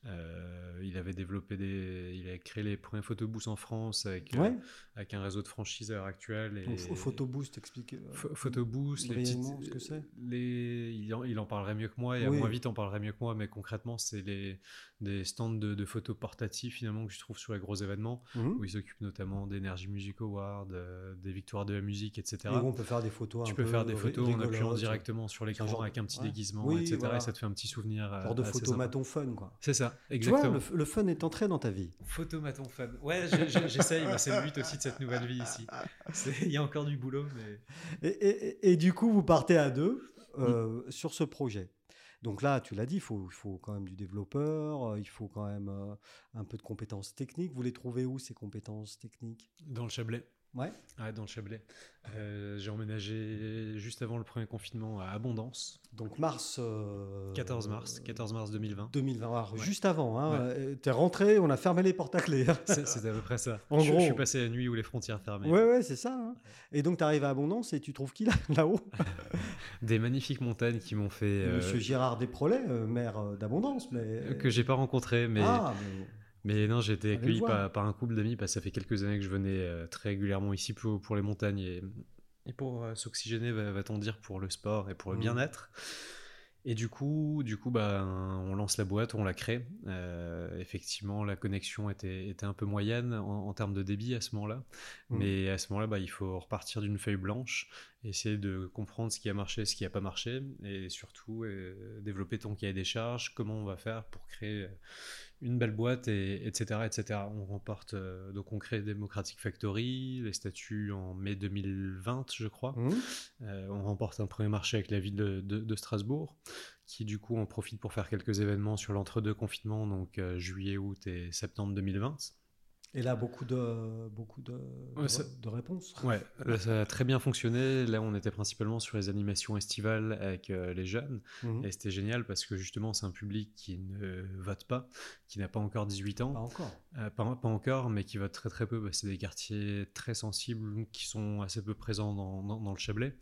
B: Euh, il avait développé des, il a créé les premiers photobooths en France avec euh,
A: Ouais.
B: avec un réseau de franchises à l'heure actuelle. Et...
A: Donc, pho- photoboost, explique. euh,
B: Pho- Photoboost, les
A: brièvement
B: petites-
A: ce que c'est.
B: les- il, en, il en parlerait mieux que moi et à
A: Oui.
B: moins vite en parlerait mieux que moi, mais concrètement, c'est les... des stands de, de photos portatifs finalement que je trouve sur les gros événements
A: Mhm.
B: où ils s'occupent notamment d'Energy Music Awards, euh, des victoires de la musique, etc.
A: Et où on peut faire des photos.
B: tu
A: un
B: peux
A: peu
B: faire des
A: ri-
B: photos en appuyant
A: rigolotes,
B: directement sur l'écran
A: genre-
B: avec un petit
A: ouais.
B: déguisement,
A: Oui,
B: etc.
A: voilà.
B: Et ça te fait un petit souvenir. euh,
A: Genre de
B: assez
A: photos
B: sympa.
A: maton fun, quoi.
B: C'est ça,
A: Tu vois,
B: exactement.
A: le, f- le fun est entré dans ta vie.
B: Photomaton fan. Ouais, j'ai- j'ai- j'essaye, mais c'est le but aussi de cette nouvelle vie ici.
A: (laughs)
B: C'est- Il y a encore du boulot, mais.
A: Et, et- et- et du coup, vous partez à deux euh,
B: Mm.
A: sur ce projet. Donc là, tu l'as dit, il faut, il faut quand même du développeur, euh, il faut quand même euh, un peu de compétences techniques. Vous les trouvez où, ces compétences techniques
B: Dans le Chablais.
A: Ouais.
B: Ouais, dans le Chablais. Euh, j'ai emménagé juste avant le premier confinement à Abondance,
A: Donc mars... euh,
B: 14 mars, 14 mars 2020.
A: 2020, alors,
B: Ouais.
A: ah, juste avant. Hein, euh, T'es rentré, on a fermé les portes à clé. hein.
B: C'est c'est à peu près ça.
A: En
B: je, je
A: gros.
B: suis passé la nuit où les frontières fermaient.
A: Ouais, ouais, c'est ça. hein. Et donc, tu arrives à Abondance et tu trouves qui là- (laughs) là-haut
B: Des magnifiques montagnes qui m'ont fait. euh,
A: Monsieur Gérard Desprolets, euh, maire euh, d'Abondance. Mais...
B: que j'ai pas rencontré, mais,
A: Ah, mais-
B: Mais non, j'ai été
A: Allez le
B: accueilli
A: voir.
B: par, par un couple d'amis parce que ça fait quelques années que je venais euh, très régulièrement ici pour, pour les montagnes et, et pour euh, s'oxygéner, va- va-t-on dire, pour le sport et pour le
A: Mhm.
B: bien-être. Et du coup, du coup bah, on lance la boîte, on la crée. Euh, effectivement, la connexion était, était un peu moyenne en, en termes de débit à ce moment-là.
A: Mhm.
B: Mais à ce moment-là, bah, il faut repartir d'une feuille blanche, essayer de comprendre ce qui a marché, ce qui n'a pas marché, et surtout euh, développer ton cahier des charges, comment on va faire pour créer euh, une belle boîte, et, etc., etc. On remporte, euh, donc on crée Democratic Factory, les statuts en mai 2020, je crois.
A: Mmh.
B: Euh, on remporte un premier marché avec la ville de, de- de Strasbourg, qui du coup en profite pour faire quelques événements sur l'entre-deux confinement, donc euh, juillet, août et septembre 2020.
A: Et là, beaucoup de, beaucoup de, de-
B: Ouais, ça-
A: de réponses.
B: Ouais, là, ça a très bien fonctionné. Là, on était principalement sur les animations estivales avec euh, les jeunes.
A: Mmh.
B: Et c'était génial parce que justement, c'est un public qui ne vote pas, qui n'a pas encore 18 ans.
A: Pas encore.
B: Euh, pas, pas encore, mais qui va très très peu. bah, c'est des quartiers très sensibles qui sont assez peu présents dans, dans- dans le Chablais.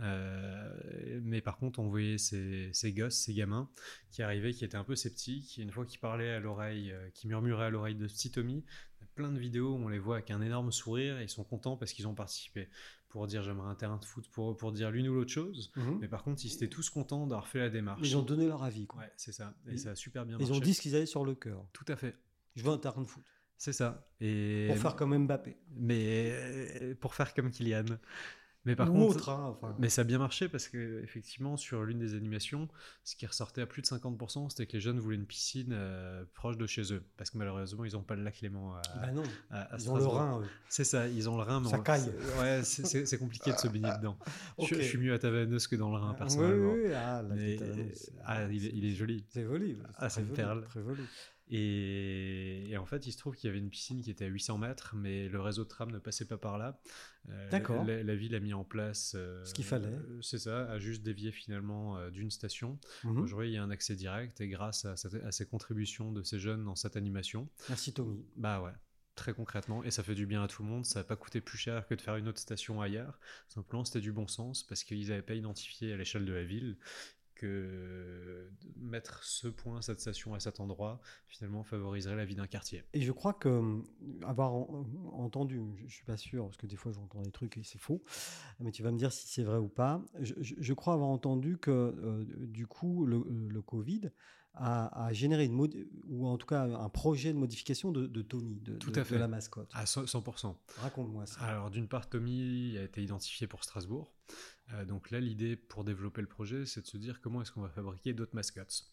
B: Euh, mais par contre, on voyait ces, ces gosses, ces gamins qui arrivaient, qui étaient un peu sceptiques. Et une fois qu'ils parlaient à l'oreille, euh, qui murmuraient à l'oreille de petit Tommy, plein de vidéos où on les voit avec un énorme sourire et ils sont contents parce qu'ils ont participé. Pour dire j'aimerais un terrain de foot, pour, pour dire l'une ou l'autre chose.
A: Mmh.
B: Mais par contre, ils étaient tous contents d'avoir fait la démarche.
A: Ils ont donné leur avis. quoi.
B: Ouais, c'est ça. Et
A: Ils-
B: ça a super bien
A: Ils
B: marché.
A: ont dit ce qu'ils avaient sur le cœur.
B: Tout à fait.
A: Je veux un terrain de foot.
B: C'est ça. Et
A: Pour faire comme Mbappé.
B: mais euh, pour faire comme Kylian. Mais par
A: Ou
B: contre,
A: autre. hein, enfin.
B: mais ça a bien marché parce que effectivement sur l'une des animations, ce qui ressortait à plus de 50%, c'était que les jeunes voulaient une piscine euh, proche de chez eux, parce que malheureusement ils n'ont pas le lac Léman à,
A: Bah non,
B: à- à
A: ils ont le
B: Strasbourg.
A: rein. eux.
B: C'est ça, ils ont le Rhin. mais
A: Ça
B: on-
A: caille. Ah,
B: c'est- Ouais, c'est- c'est c'est compliqué de
A: (laughs)
B: se baigner dedans. Je-
A: Ok.
B: je, suis mieux à Taverneuse que dans le Rhin
A: Ah,
B: personnellement.
A: Oui, oui, oui, ah, la
B: Mais-
A: petite annonce.
B: ah, il, est- il est joli.
A: C'est joli. oui,
B: Ah,
A: très
B: c'est une
A: joli,
B: perle.
A: très joli.
B: Et, et en fait, il se trouve qu'il y avait une piscine qui était à 800 mètres, mais le réseau de tram ne passait pas par là. Euh,
A: D'accord.
B: La, la ville a mis en place. euh,
A: Ce qu'il fallait.
B: euh, C'est ça, a juste dévié finalement euh, d'une station.
A: Mhm.
B: Aujourd'hui, il y a un accès direct et grâce à, cette- à ces contributions de ces jeunes dans cette animation,
A: Merci Tommy.
B: bah ouais, très concrètement, et ça fait du bien à tout le monde. Ça n'a pas coûté plus cher que de faire une autre station ailleurs. Simplement, c'était du bon sens parce qu'ils n'avaient pas identifié à l'échelle de la ville que mettre ce point, cette station à cet endroit, finalement favoriserait la vie d'un quartier.
A: Et je crois que euh, avoir en- euh, entendu, je, je suis pas sûr parce que des fois j'entends des trucs et c'est faux, mais tu vas me dire si c'est vrai ou pas. Je, je- je crois avoir entendu que euh, du coup le, euh, le Covid a, a généré une modi- ou en tout cas un projet de modification de, de Tommy, de,
B: Tout
A: de-
B: à
A: de
B: fait. Ah.
A: la mascotte.
B: À 100%.
A: Raconte-moi ça.
B: Alors d'une part, Tommy a été identifié pour Strasbourg. Euh, donc là, l'idée pour développer le projet, c'est de se dire comment est-ce qu'on va fabriquer d'autres mascottes.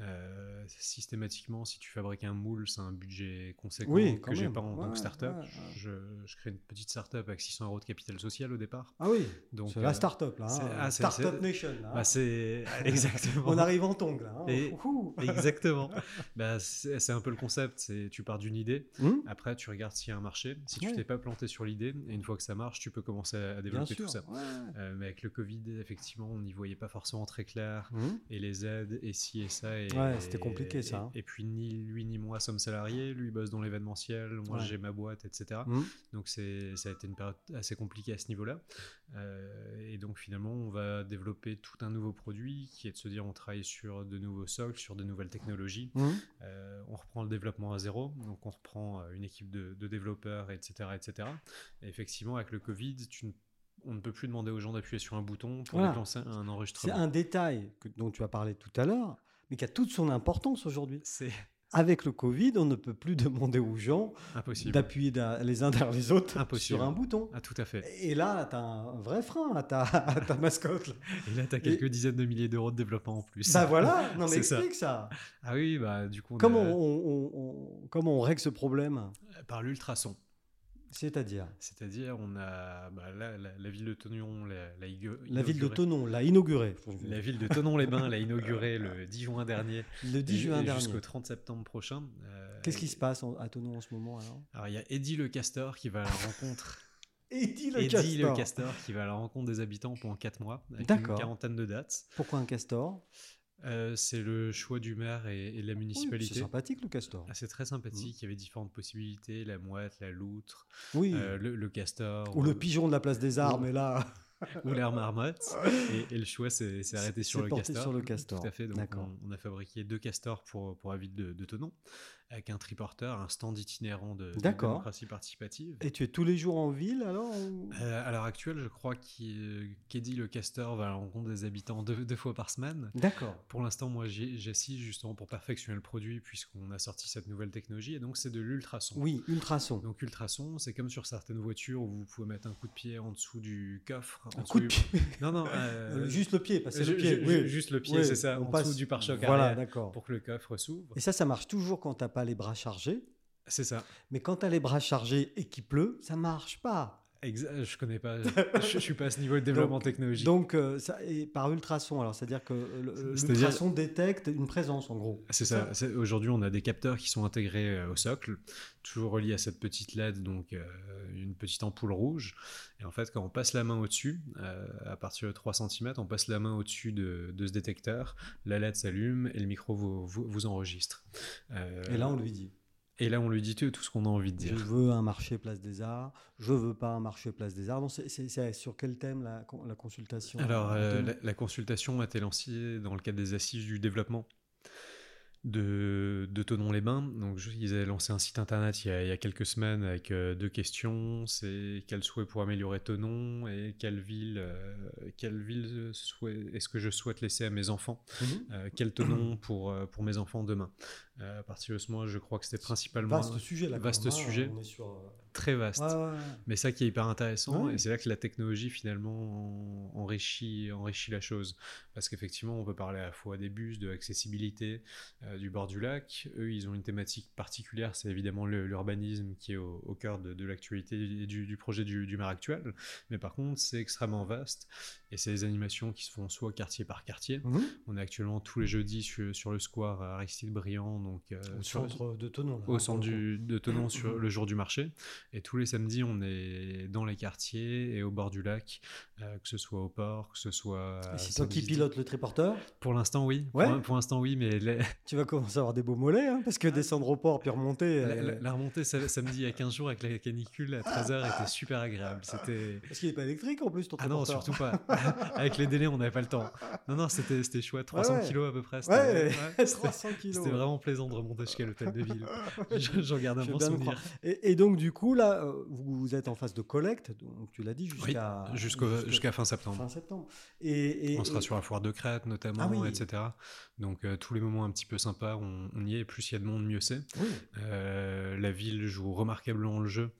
B: Euh, systématiquement, si tu fabriques un moule, c'est un budget conséquent
A: Oui, quand
B: que j'ai
A: même.
B: pas en tant
A: Ouais,
B: que startup.
A: ouais, ouais.
B: Je, je crée une petite startup avec 600 euros de capital social au départ.
A: Ah oui,
B: Donc
A: c'est
B: euh,
A: la start-up là.
B: c'est-
A: hein,
B: ah, c'est-
A: start-up
B: c'est-
A: Nation. là, hein. (laughs)
B: bah, c'est exactement.
A: On arrive en tongs là. hein.
B: Et-
A: Ouhou.
B: (laughs) Exactement. Bah, c'est c'est un peu le concept. C'est tu pars d'une idée.
A: Hum,
B: Après, tu regardes s'il y a un marché. Si
A: Ouais.
B: tu t'es pas planté sur l'idée, et une fois que ça marche, tu peux commencer à à
A: Bien
B: développer
A: sûr.
B: tout ça.
A: ouais, ouais.
B: Euh, mais avec le Covid, effectivement, on n'y voyait pas forcément très clair.
A: Hum.
B: Et les aides, et ci et ça. Et,
A: Ouais, c'était compliqué,
B: et-
A: ça, hein.
B: Et, puis ni lui ni moi sommes salariés. Lui bosse dans l'événementiel, moi
A: Ouais.
B: j'ai ma boîte, etc.
A: Hum.
B: Donc c'est, ça a été une période assez compliquée à ce niveau-là. Euh, et donc finalement, on va développer tout un nouveau produit qui est de se dire on travaille sur de nouveaux socles, sur de nouvelles technologies.
A: Hum.
B: Euh, on reprend le développement à zéro, donc on reprend euh, une équipe de, de développeurs, etc., etc. Et effectivement, avec le Covid, tu ne- on ne peut plus demander aux gens d'appuyer sur un bouton pour
A: Voilà.
B: déclencher un
A: C'est
B: enregistrement.
A: un détail que- dont tu as parlé tout à l'heure, mais qui a toute son importance aujourd'hui.
B: C'est (laughs)
A: Avec le Covid, on ne peut plus (laughs) demander aux gens
B: impossible.
A: d'appuyer d'un- les uns derrière les autres
B: Impossible.
A: sur un bouton.
B: Ah, tout à fait.
A: Et là, tu as un vrai frein à ta, à ta mascotte. là.
B: Et là, tu as quelques dizaines de milliers d'euros de développement en plus.
A: Bah voilà, non mais
B: C'est ça.
A: explique ça.
B: Ah oui, bah du coup, on
A: Comment,
B: a-
A: on, on- on- comment on règle ce problème
B: par l'ultrason.
A: C'est-à-dire
B: C'est-à-dire, on a bah, là, la, la ville de Tonon, la, la igu-
A: La ville de
B: inaugurée-
A: Tonon l'a inauguré
B: La ville de Tonon-les-Bains l'a inaugurée le 10 juin dernier.
A: le 10
B: et-
A: juin
B: et
A: dernier.
B: Jusqu'au 30 septembre prochain. Euh,
A: Qu'est-ce qui
B: et-
A: se passe en- à Tonon en ce moment alors
B: Alors il y a Eddie le castor qui
A: (laughs)
B: va à la rencontre.
A: Eddie le
B: Eddie le
A: castor.
B: castor qui va à la rencontre des habitants pendant 4 mois, avec
A: D'accord.
B: une quarantaine de dates.
A: Pourquoi un castor
B: Euh, c'est le choix du maire et, et de
A: Oui, C'est
B: la municipalité.
A: sympathique le castor.
B: Ah, c'est très sympathique, il y avait différentes possibilités, la mouette, la loutre,
A: Oui.
B: euh, le, le castor.
A: Ou le
B: euh,
A: pigeon de la place des arts,
B: ou-
A: mais là, (laughs)
B: ou l'air marmotte. Et, et le choix s'est s'est arrêté
A: C'est-
B: sur
A: c'est
B: le
A: porté
B: castor.
A: sur le castor.
B: Tout à fait. Donc,
A: D'accord.
B: on, on a fabriqué deux castors pour, pour Avis de, de Tenon, avec un triporteur, un stand itinérant de, de
A: D'accord.
B: démocratie participative.
A: Et tu es tous les jours en ville alors ou-
B: Euh, à l'heure actuelle, je crois qu'il- euh, qu'Eddie le castor va à la rencontre des habitants deux, deux fois par semaine.
A: D'accord.
B: Pour l'instant, moi, j'y- j'assise justement pour perfectionner le produit puisqu'on a sorti cette nouvelle technologie et donc c'est de l'ultrason.
A: Oui, ultrason.
B: Donc ultrason, c'est comme sur certaines voitures où vous pouvez mettre un coup de pied en dessous du coffre. en
A: Un coup de
B: dessous
A: pied.
B: du-
A: (laughs)
B: Non, non. euh,
A: Euh, Juste le pied, parce que c'est le
B: ju-
A: pied.
B: ju-
A: oui.
B: Juste le pied,
A: Oui,
B: c'est ça,
A: on
B: en
A: passe-
B: dessous du pare-choc
A: Voilà,
B: arrière
A: d'accord.
B: pour que le coffre
A: (laughs)
B: s'ouvre.
A: Et ça, ça marche toujours quand t'as pas les bras chargés.
B: C'est ça.
A: Mais quand t'as les bras chargés et qu'il pleut, ça marche pas.
B: Exa- je connais pas, je, je suis pas à ce niveau de développement technologique.
A: Donc, euh, ça, et par ultrason, alors c'est-à-dire que le- le-
B: C'est-à-dire-
A: l'ultrason détecte une présence en gros.
B: C'est ça. C'est- Aujourd'hui, on a des capteurs qui sont intégrés euh, au socle, toujours reliés à cette petite LED, donc euh, une petite ampoule rouge. Et en fait, quand on passe la main au-dessus, euh, à partir de 3 cm, on passe la main au-dessus de, de ce détecteur, la LED s'allume et le micro vous, vous- vous enregistre. Euh,
A: Et là, on lui dit
B: et là, on lui dit tout tout ce qu'on a envie de
A: Je
B: Euh, dire.
A: veux un marché Place des Arts, je veux pas un marché Place des Arts. Donc, c'est- c'est c'est sur quel thème la, con- la consultation
B: Alors, euh,
A: Anthony
B: la, la consultation a été lancée dans le cadre des assises du développement de, de Tonon-les-Bains. Donc, je- ils avaient lancé un site internet il y a, il y a quelques semaines avec euh, deux questions. C'est quel souhait pour améliorer Tonon et quelle ville, euh, quelle ville souhait- est-ce que je souhaite laisser à mes enfants
A: Mhm.
B: Euh, Quel Tonon pour, euh, pour mes enfants demain Euh, À partir de ce mois, je crois que c'était principalement
A: Vaste sujet là. quand
B: vaste
A: même, hein,
B: sujet.
A: On est sur, euh,
B: très vaste.
A: ouais, ouais, ouais.
B: Mais ça qui est hyper intéressant,
A: Ouais.
B: et c'est là que la technologie finalement en- enrichit, enrichit la chose. Parce qu'effectivement, on peut parler à la fois des bus, de l'accessibilité, euh, du bord du lac. Eux, ils ont une thématique particulière, c'est évidemment le- l'urbanisme qui est au, au cœur de, de l'actualité et du, du projet du, du maire actuel. Mais par contre, c'est extrêmement vaste, et c'est des animations qui se font soit quartier par quartier.
A: Mhm.
B: On est actuellement tous les jeudis sur, sur le square à Aristide Briand, donc euh,
A: Au
B: sur-
A: centre de Tenon. là,
B: au
A: hein,
B: centre
A: pour le coup.
B: du- de Tenon sur le jour du marché. Et tous les samedis, on est dans les quartiers et au bord du lac, euh, que ce soit au port, que ce soit. euh,
A: Et
B: à
A: Euh, c'est toi qui
B: Saint-Denis.
A: pilote le triporteur.
B: Pour l'instant, oui.
A: Ouais.
B: Pour, pour l'instant, oui, mais la,
A: Tu vas commencer à avoir des beaux mollets, hein, parce que descendre au port puis remonter.
B: Ah. la-
A: euh,
B: la- la remontée sa- samedi il y a 15 jours avec la canicule à 13h était super agréable. C'était.
A: Parce qu'il n'est pas électrique en plus, ton
B: Ah non,
A: triporteur.
B: surtout pas. (laughs) Avec les délais, on n'avait pas le temps. Non, non, c'était c'était chouette. 300
A: Ouais, ouais.
B: kilos à peu près. c'était-
A: Ouais,
B: ouais, c'était-
A: 300 kilos.
B: C'était vraiment plaisant de remonter jusqu'à l'hôtel de
A: (laughs)
B: ville. Je- J'en garde un
A: Je veux
B: bon
A: bien le
B: souvenir.
A: Et, et donc, du coup, là, euh, vous, vous êtes en phase de collecte, donc tu l'as dit, jusqu'à
B: Jusqu'au-
A: jusqu'à
B: Jusqu'à fin septembre.
A: fin septembre. Et, et-
B: On sera
A: et-
B: sur la foire de Crète notamment,
A: Ah oui.
B: etc. Donc euh, tous les moments un petit peu sympas, on, on y est. Plus il y a de monde, mieux c'est.
A: Oui.
B: Euh, la ville joue remarquablement le jeu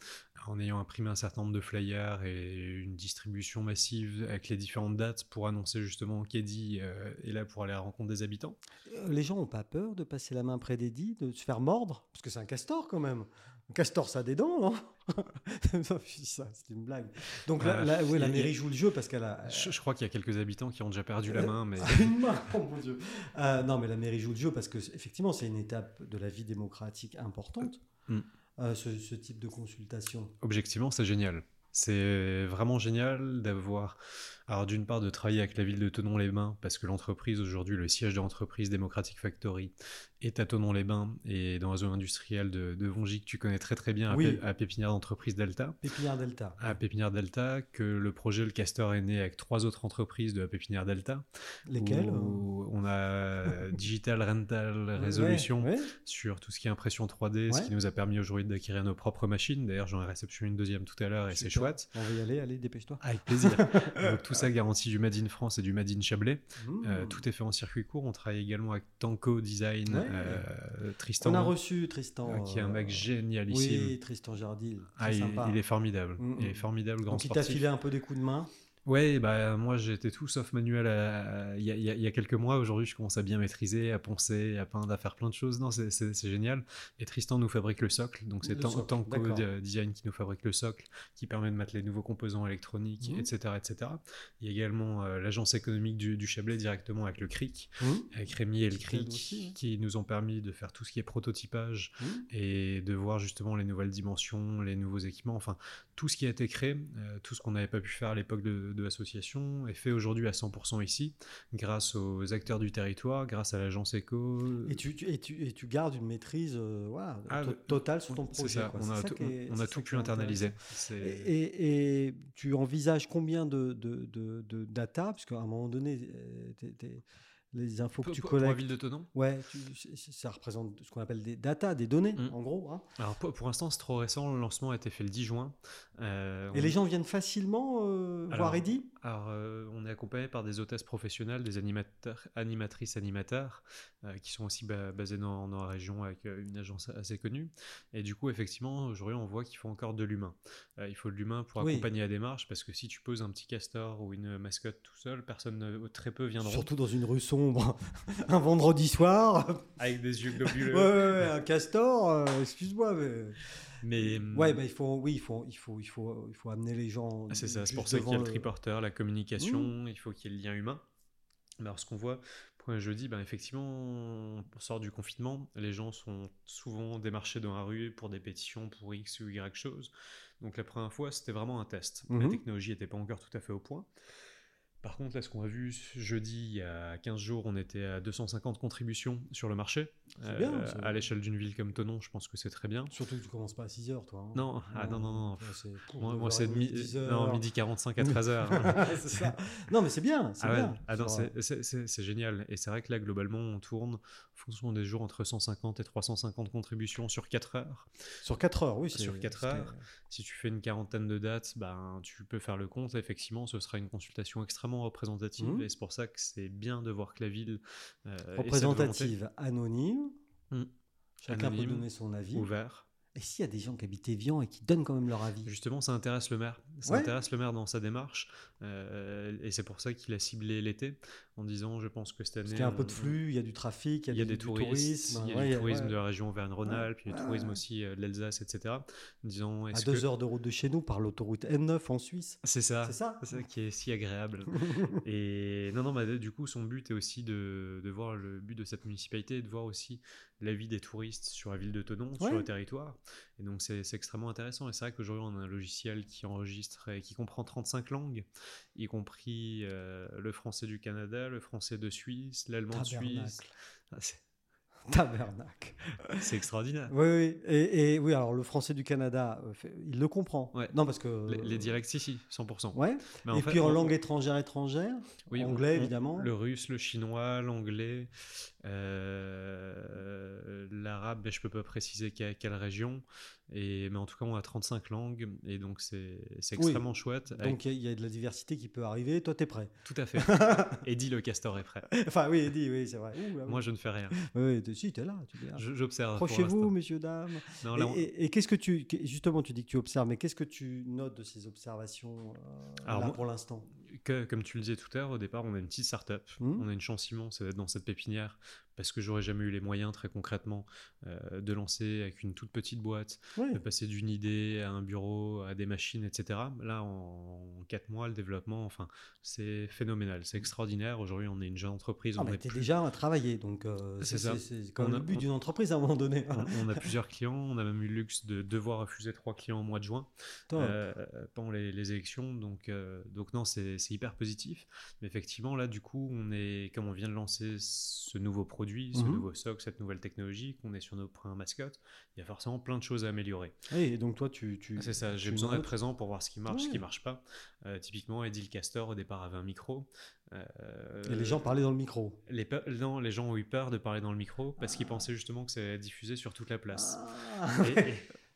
B: en ayant imprimé un certain nombre de flyers et une distribution massive avec les différentes dates pour annoncer justement qu'Eddie euh, est là pour aller à la rencontre des habitants.
A: Euh, Les gens n'ont pas peur de passer la main près d'Eddie, de se faire mordre Parce que c'est un castor quand même. Un castor, ça a des dents, non (laughs) Non, je dis ça, c'est une blague. Donc là,
B: Euh,
A: là, ouais, la
B: il y a-
A: mairie joue le jeu parce qu'elle a.
B: Je, je crois qu'il y a quelques habitants qui ont déjà
A: Euh,
B: perdu la main, mais
A: Une main, (laughs) oh mon Dieu. Euh, non, mais la mairie joue le jeu parce que c'est- effectivement, c'est une étape de la vie démocratique importante.
B: Mm.
A: euh, ce, ce type de consultation.
B: objectivement, c'est génial. C'est vraiment génial d'avoir, alors d'une part de travailler avec la ville de Tenon-les-Bains, parce que l'entreprise aujourd'hui, le siège de l'entreprise Democratic Factory est à Tenon-les-Bains et dans la zone industrielle de, de Vongy, que tu connais très très bien à,
A: Oui.
B: Pé- à Pépinière d'entreprise Delta.
A: Pépinière Delta.
B: À Pépinière Delta, que le projet Le Castor est né avec trois autres entreprises de la Pépinière Delta.
A: Lesquels
B: où On a Digital Rental
A: euh,
B: Resolution,
A: hein ouais, ouais.
B: sur tout ce qui est impression 3D, ce
A: Ouais.
B: qui nous a permis aujourd'hui d'acquérir nos propres machines. D'ailleurs, j'en ai réceptionné une deuxième tout à l'heure et c'est
A: Super.
B: chouette.
A: On va y aller, allez, dépêche-toi.
B: Avec
A: (laughs)
B: plaisir. Donc, tout ça garantit du Made in France et du Made in Chablais. Euh,
A: Mm.
B: tout est fait en circuit court. On travaille également avec Tanko Design,
A: Ouais.
B: euh, Tristan,
A: On a reçu Tristan.
B: euh, qui est un mec
A: euh,
B: génialissime.
A: Oui, Tristan Jardil.
B: Ah,
A: très
B: il,
A: sympa.
B: il est formidable.
A: Mm,
B: Il est
A: mm.
B: formidable, grand
A: Donc il t'a
B: sportif.
A: filé un peu des coups de main.
B: Ouais, bah moi j'étais tout sauf manuel à- à- il y, a- il y a- il y a quelques mois. Aujourd'hui, je commence à bien maîtriser, à poncer, à peindre, à faire plein de choses. Non, c'est- c'est c'est génial. Et Tristan nous fabrique le socle, donc c'est
A: Le
B: tant,
A: socle,
B: tant qu'au
A: d'accord.
B: de- design qui nous fabrique le socle, qui permet de mettre les nouveaux composants électroniques,
A: Mhm.
B: etc., etc. Il y a également euh, l'agence économique du, du Chablais directement avec le CRIC, avec Rémi et le
A: Qui t'aide
B: CRIC,
A: aussi, hein.
B: qui nous ont permis de faire tout ce qui est prototypage,
A: Mhm.
B: et de voir justement les nouvelles dimensions, les nouveaux équipements, enfin tout ce qui a été créé, euh, tout ce qu'on n'avait pas pu faire à l'époque de, de, de l'association est fait aujourd'hui à 100% ici, grâce aux acteurs du territoire, grâce à l'agence ECO.
A: Et tu, tu- et, tu, et tu gardes une maîtrise euh, voilà,
B: Ah,
A: to-
B: le-
A: totale sur ton
B: C'est
A: projet.
B: ça,
A: quoi.
B: on
A: C'est
B: a,
A: ça
B: tout-
A: qui est-
B: on a
A: c'est ça
B: tout
A: qui
B: pu
A: est
B: internaliser.
A: intéressant.
B: C'est-
A: Et, et- et tu envisages combien de, de, de, de data Parce qu'à un moment donné, euh, t'es- t'es- les infos que
B: Pour-
A: tu
B: pour- pour la
A: collectes.
B: ville de Tenon
A: Ouais, tu- c- c- ça représente ce qu'on appelle des data, des données,
B: Mm.
A: en gros. hein.
B: Alors pour, pour l'instant, c'est trop récent. Le lancement a été fait le 10 juin. Euh,
A: Et
B: on-
A: les gens viennent facilement euh, voir
B: Alors,
A: Eddy
B: Alors, euh, on est accompagné par des hôtesses professionnelles, des animateurs, animatrices, animateurs, euh, qui sont aussi ba- basés dans, dans la région avec euh, une agence assez connue. Et du coup, effectivement, aujourd'hui, on voit qu'il faut encore de l'humain. Euh, il faut de l'humain pour
A: Oui.
B: accompagner la démarche, parce que si tu poses un petit castor ou une mascotte tout seul, personne, ne- très peu viendront.
A: Surtout dans une rue sombre, (laughs) un vendredi soir.
B: Avec des yeux
A: ouais,
B: globuleux.
A: (laughs) ouais, ouais, un castor, euh, excuse-moi. Mais...
B: Mais hum,
A: Ouais, bah, il faut, oui, il faut, il faut, il faut, il faut amener les gens.
B: Ah, c'est ça, c'est
A: juste
B: pour ça qu'il y a
A: devant Mmh.
B: le triporteur, la communication, il faut qu'il y ait le lien humain. Mais Alors, ce qu'on voit pour un jeudi, ben, effectivement, on sort du confinement, les gens sont souvent démarchés dans la rue pour des pétitions, pour X ou Y chose. Donc, la première fois, c'était vraiment un test. La
A: Mhm.
B: technologie n'était pas encore tout à fait au point. Par contre, là, ce qu'on a vu ce jeudi, il y a 15 jours, on était à 250 contributions sur le marché.
A: C'est bien, ça.
B: Euh, à l'échelle d'une ville comme Tonon, je pense que c'est très bien.
A: Surtout que tu commences pas à 6 heures, toi. hein.
B: Non, ah, non, non, non.
A: Toi, c'est
B: Moi,
A: 9
B: moi,
A: heures
B: c'est
A: et demie,
B: demi-
A: 10
B: non,
A: heures. (laughs)
B: midi 45 à hein. 13h.
A: C'est ça. Non, mais c'est bien, c'est
B: Ah ouais,
A: bien.
B: ah non,
A: Sur, euh,
B: c'est- c'est c'est- c'est génial. Et c'est vrai que là, globalement, on tourne en fonction des jours entre 150 et 350 contributions sur 4 heures.
A: euh, Sur 4 heures, oui. c'est-
B: Sur quatre
A: c'était-
B: heures. Si tu fais une quarantaine de dates, ben, tu peux faire le compte. Effectivement, ce sera une consultation extrêmement représentative.
A: Mhm.
B: Et c'est pour ça que c'est bien de voir que la ville euh, ait cette volonté
A: Représentative, anonyme.
B: Hmm.
A: Chacun
B: Anonyme,
A: peut donner son avis.
B: ouvert.
A: Et s'il y a des gens qui habitent Evian et qui donnent quand même leur avis
B: Justement, ça intéresse le maire. Ça
A: Ouais.
B: intéresse le maire dans sa démarche. euh, et c'est pour ça qu'il a ciblé l'été en disant, je pense que cette année...
A: Parce qu'il y a un peu de
B: on-
A: flux, il y a du trafic,
B: euh, Il y a des
A: du
B: touristes,
A: tourisme,
B: il y a
A: ouais,
B: du tourisme
A: ouais.
B: de la région Auvergne-Rhône-Alpes, il y a du
A: Ouais,
B: tourisme
A: ouais.
B: aussi euh, de l'Alsace, etc. Disons,
A: À
B: est-ce
A: deux
B: que-
A: heures de route de chez nous par l'autoroute N9 en Suisse.
B: C'est ça.
A: C'est ça
B: C'est ça qui est si
A: (laughs)
B: agréable. Et non, non, bah, du coup, son but est aussi de, de voir le but de cette municipalité, de voir aussi l'avis des touristes sur la ville de Tonon, sur
A: Ouais.
B: le territoire. Et donc, c'est c'est extrêmement intéressant. Et c'est vrai qu'aujourd'hui, on a un logiciel qui enregistre et qui comprend 35 langues, y compris euh, le français du Canada, le français de Suisse, l'allemand de Suisse.
A: Tabernacle.
B: Ah, c'est-
A: (laughs) Tabernacle.
B: C'est extraordinaire.
A: Oui, oui. Et, et oui, alors le français du Canada, euh, fait- il le comprend.
B: Ouais.
A: Non, parce que. euh,
B: Les, les directs, si, si, 100%.
A: Ouais.
B: Mais en
A: et
B: fait,
A: puis en
B: on-
A: langue étrangère, étrangère.
B: oui, on-
A: anglais,
B: on-
A: évidemment.
B: Le russe, le chinois, l'anglais, euh, l'arabe, mais je peux pas préciser quelle, quelle région. Et, mais en tout cas, on a 35 langues, et donc c'est c'est
A: Oui.
B: extrêmement chouette. avec-
A: Donc il y, a- il y a de la diversité qui peut arriver. Toi, t'es prêt. (laughs)
B: tout à fait. Eddie le castor est prêt.
A: enfin, Ah oui, dis, oui, c'est vrai. Ouh, là,
B: Moi, je ne fais rien.
A: oui, Oui, t'es- si, t'es là. Tu es là.
B: Je- J'observe. pour
A: Approchez-vous,
B: l'instant.
A: messieurs, dames.
B: Non,
A: Et,
B: là, on-
A: et- et qu'est-ce que tu. que- Justement, tu dis que tu observes, mais qu'est-ce que tu notes de ces observations euh,
B: Alors,
A: là
B: moi-
A: pour l'instant
B: que- comme tu le disais tout à l'heure, au départ, on a une petite start-up.
A: Mhm.
B: On a une chance immense d'être dans cette pépinière parce que j'aurais jamais eu les moyens, très concrètement, euh, de lancer avec une toute petite boîte,
A: Oui.
B: de passer d'une idée à un bureau, à des machines, etc. Là, en, en quatre mois, le développement, enfin, c'est phénoménal, c'est extraordinaire. Aujourd'hui, on est une jeune entreprise.
A: Ah,
B: on,
A: mais
B: est
A: t'es
B: plus-
A: déjà à travailler, donc euh,
B: C'est
A: c'est
B: ça.
A: c'est- c'est quand
B: On
A: même
B: a-
A: le but
B: on-
A: d'une entreprise à un moment donné.
B: (laughs) on, on a plusieurs clients. On a même eu le luxe de devoir refuser trois clients au mois de juin.
A: (laughs) Toi,
B: euh, pendant les, les élections. Donc, euh, donc non, c'est c'est hyper positif. Mais effectivement, là, du coup, on est, comme on vient de lancer ce nouveau produit, ce
A: Mhm.
B: nouveau socle, cette nouvelle technologie, qu'on est sur nos points mascottes, il y a forcément plein de choses à améliorer.
A: oui, et donc toi, tu. tu
B: Ah, C'est ça,
A: tu
B: j'ai besoin d'être
A: notes.
B: présent pour voir ce qui marche, ce qui
A: Ouais.
B: marche pas. Euh, typiquement, Eddie le Castor, au départ, avait un micro. Euh,
A: Et les gens parlaient dans le micro.
B: les, pe- non, les gens ont eu peur de parler dans le micro parce qu'ils pensaient justement que ça allait être diffusé sur toute la place.
A: Ah.
B: Et- et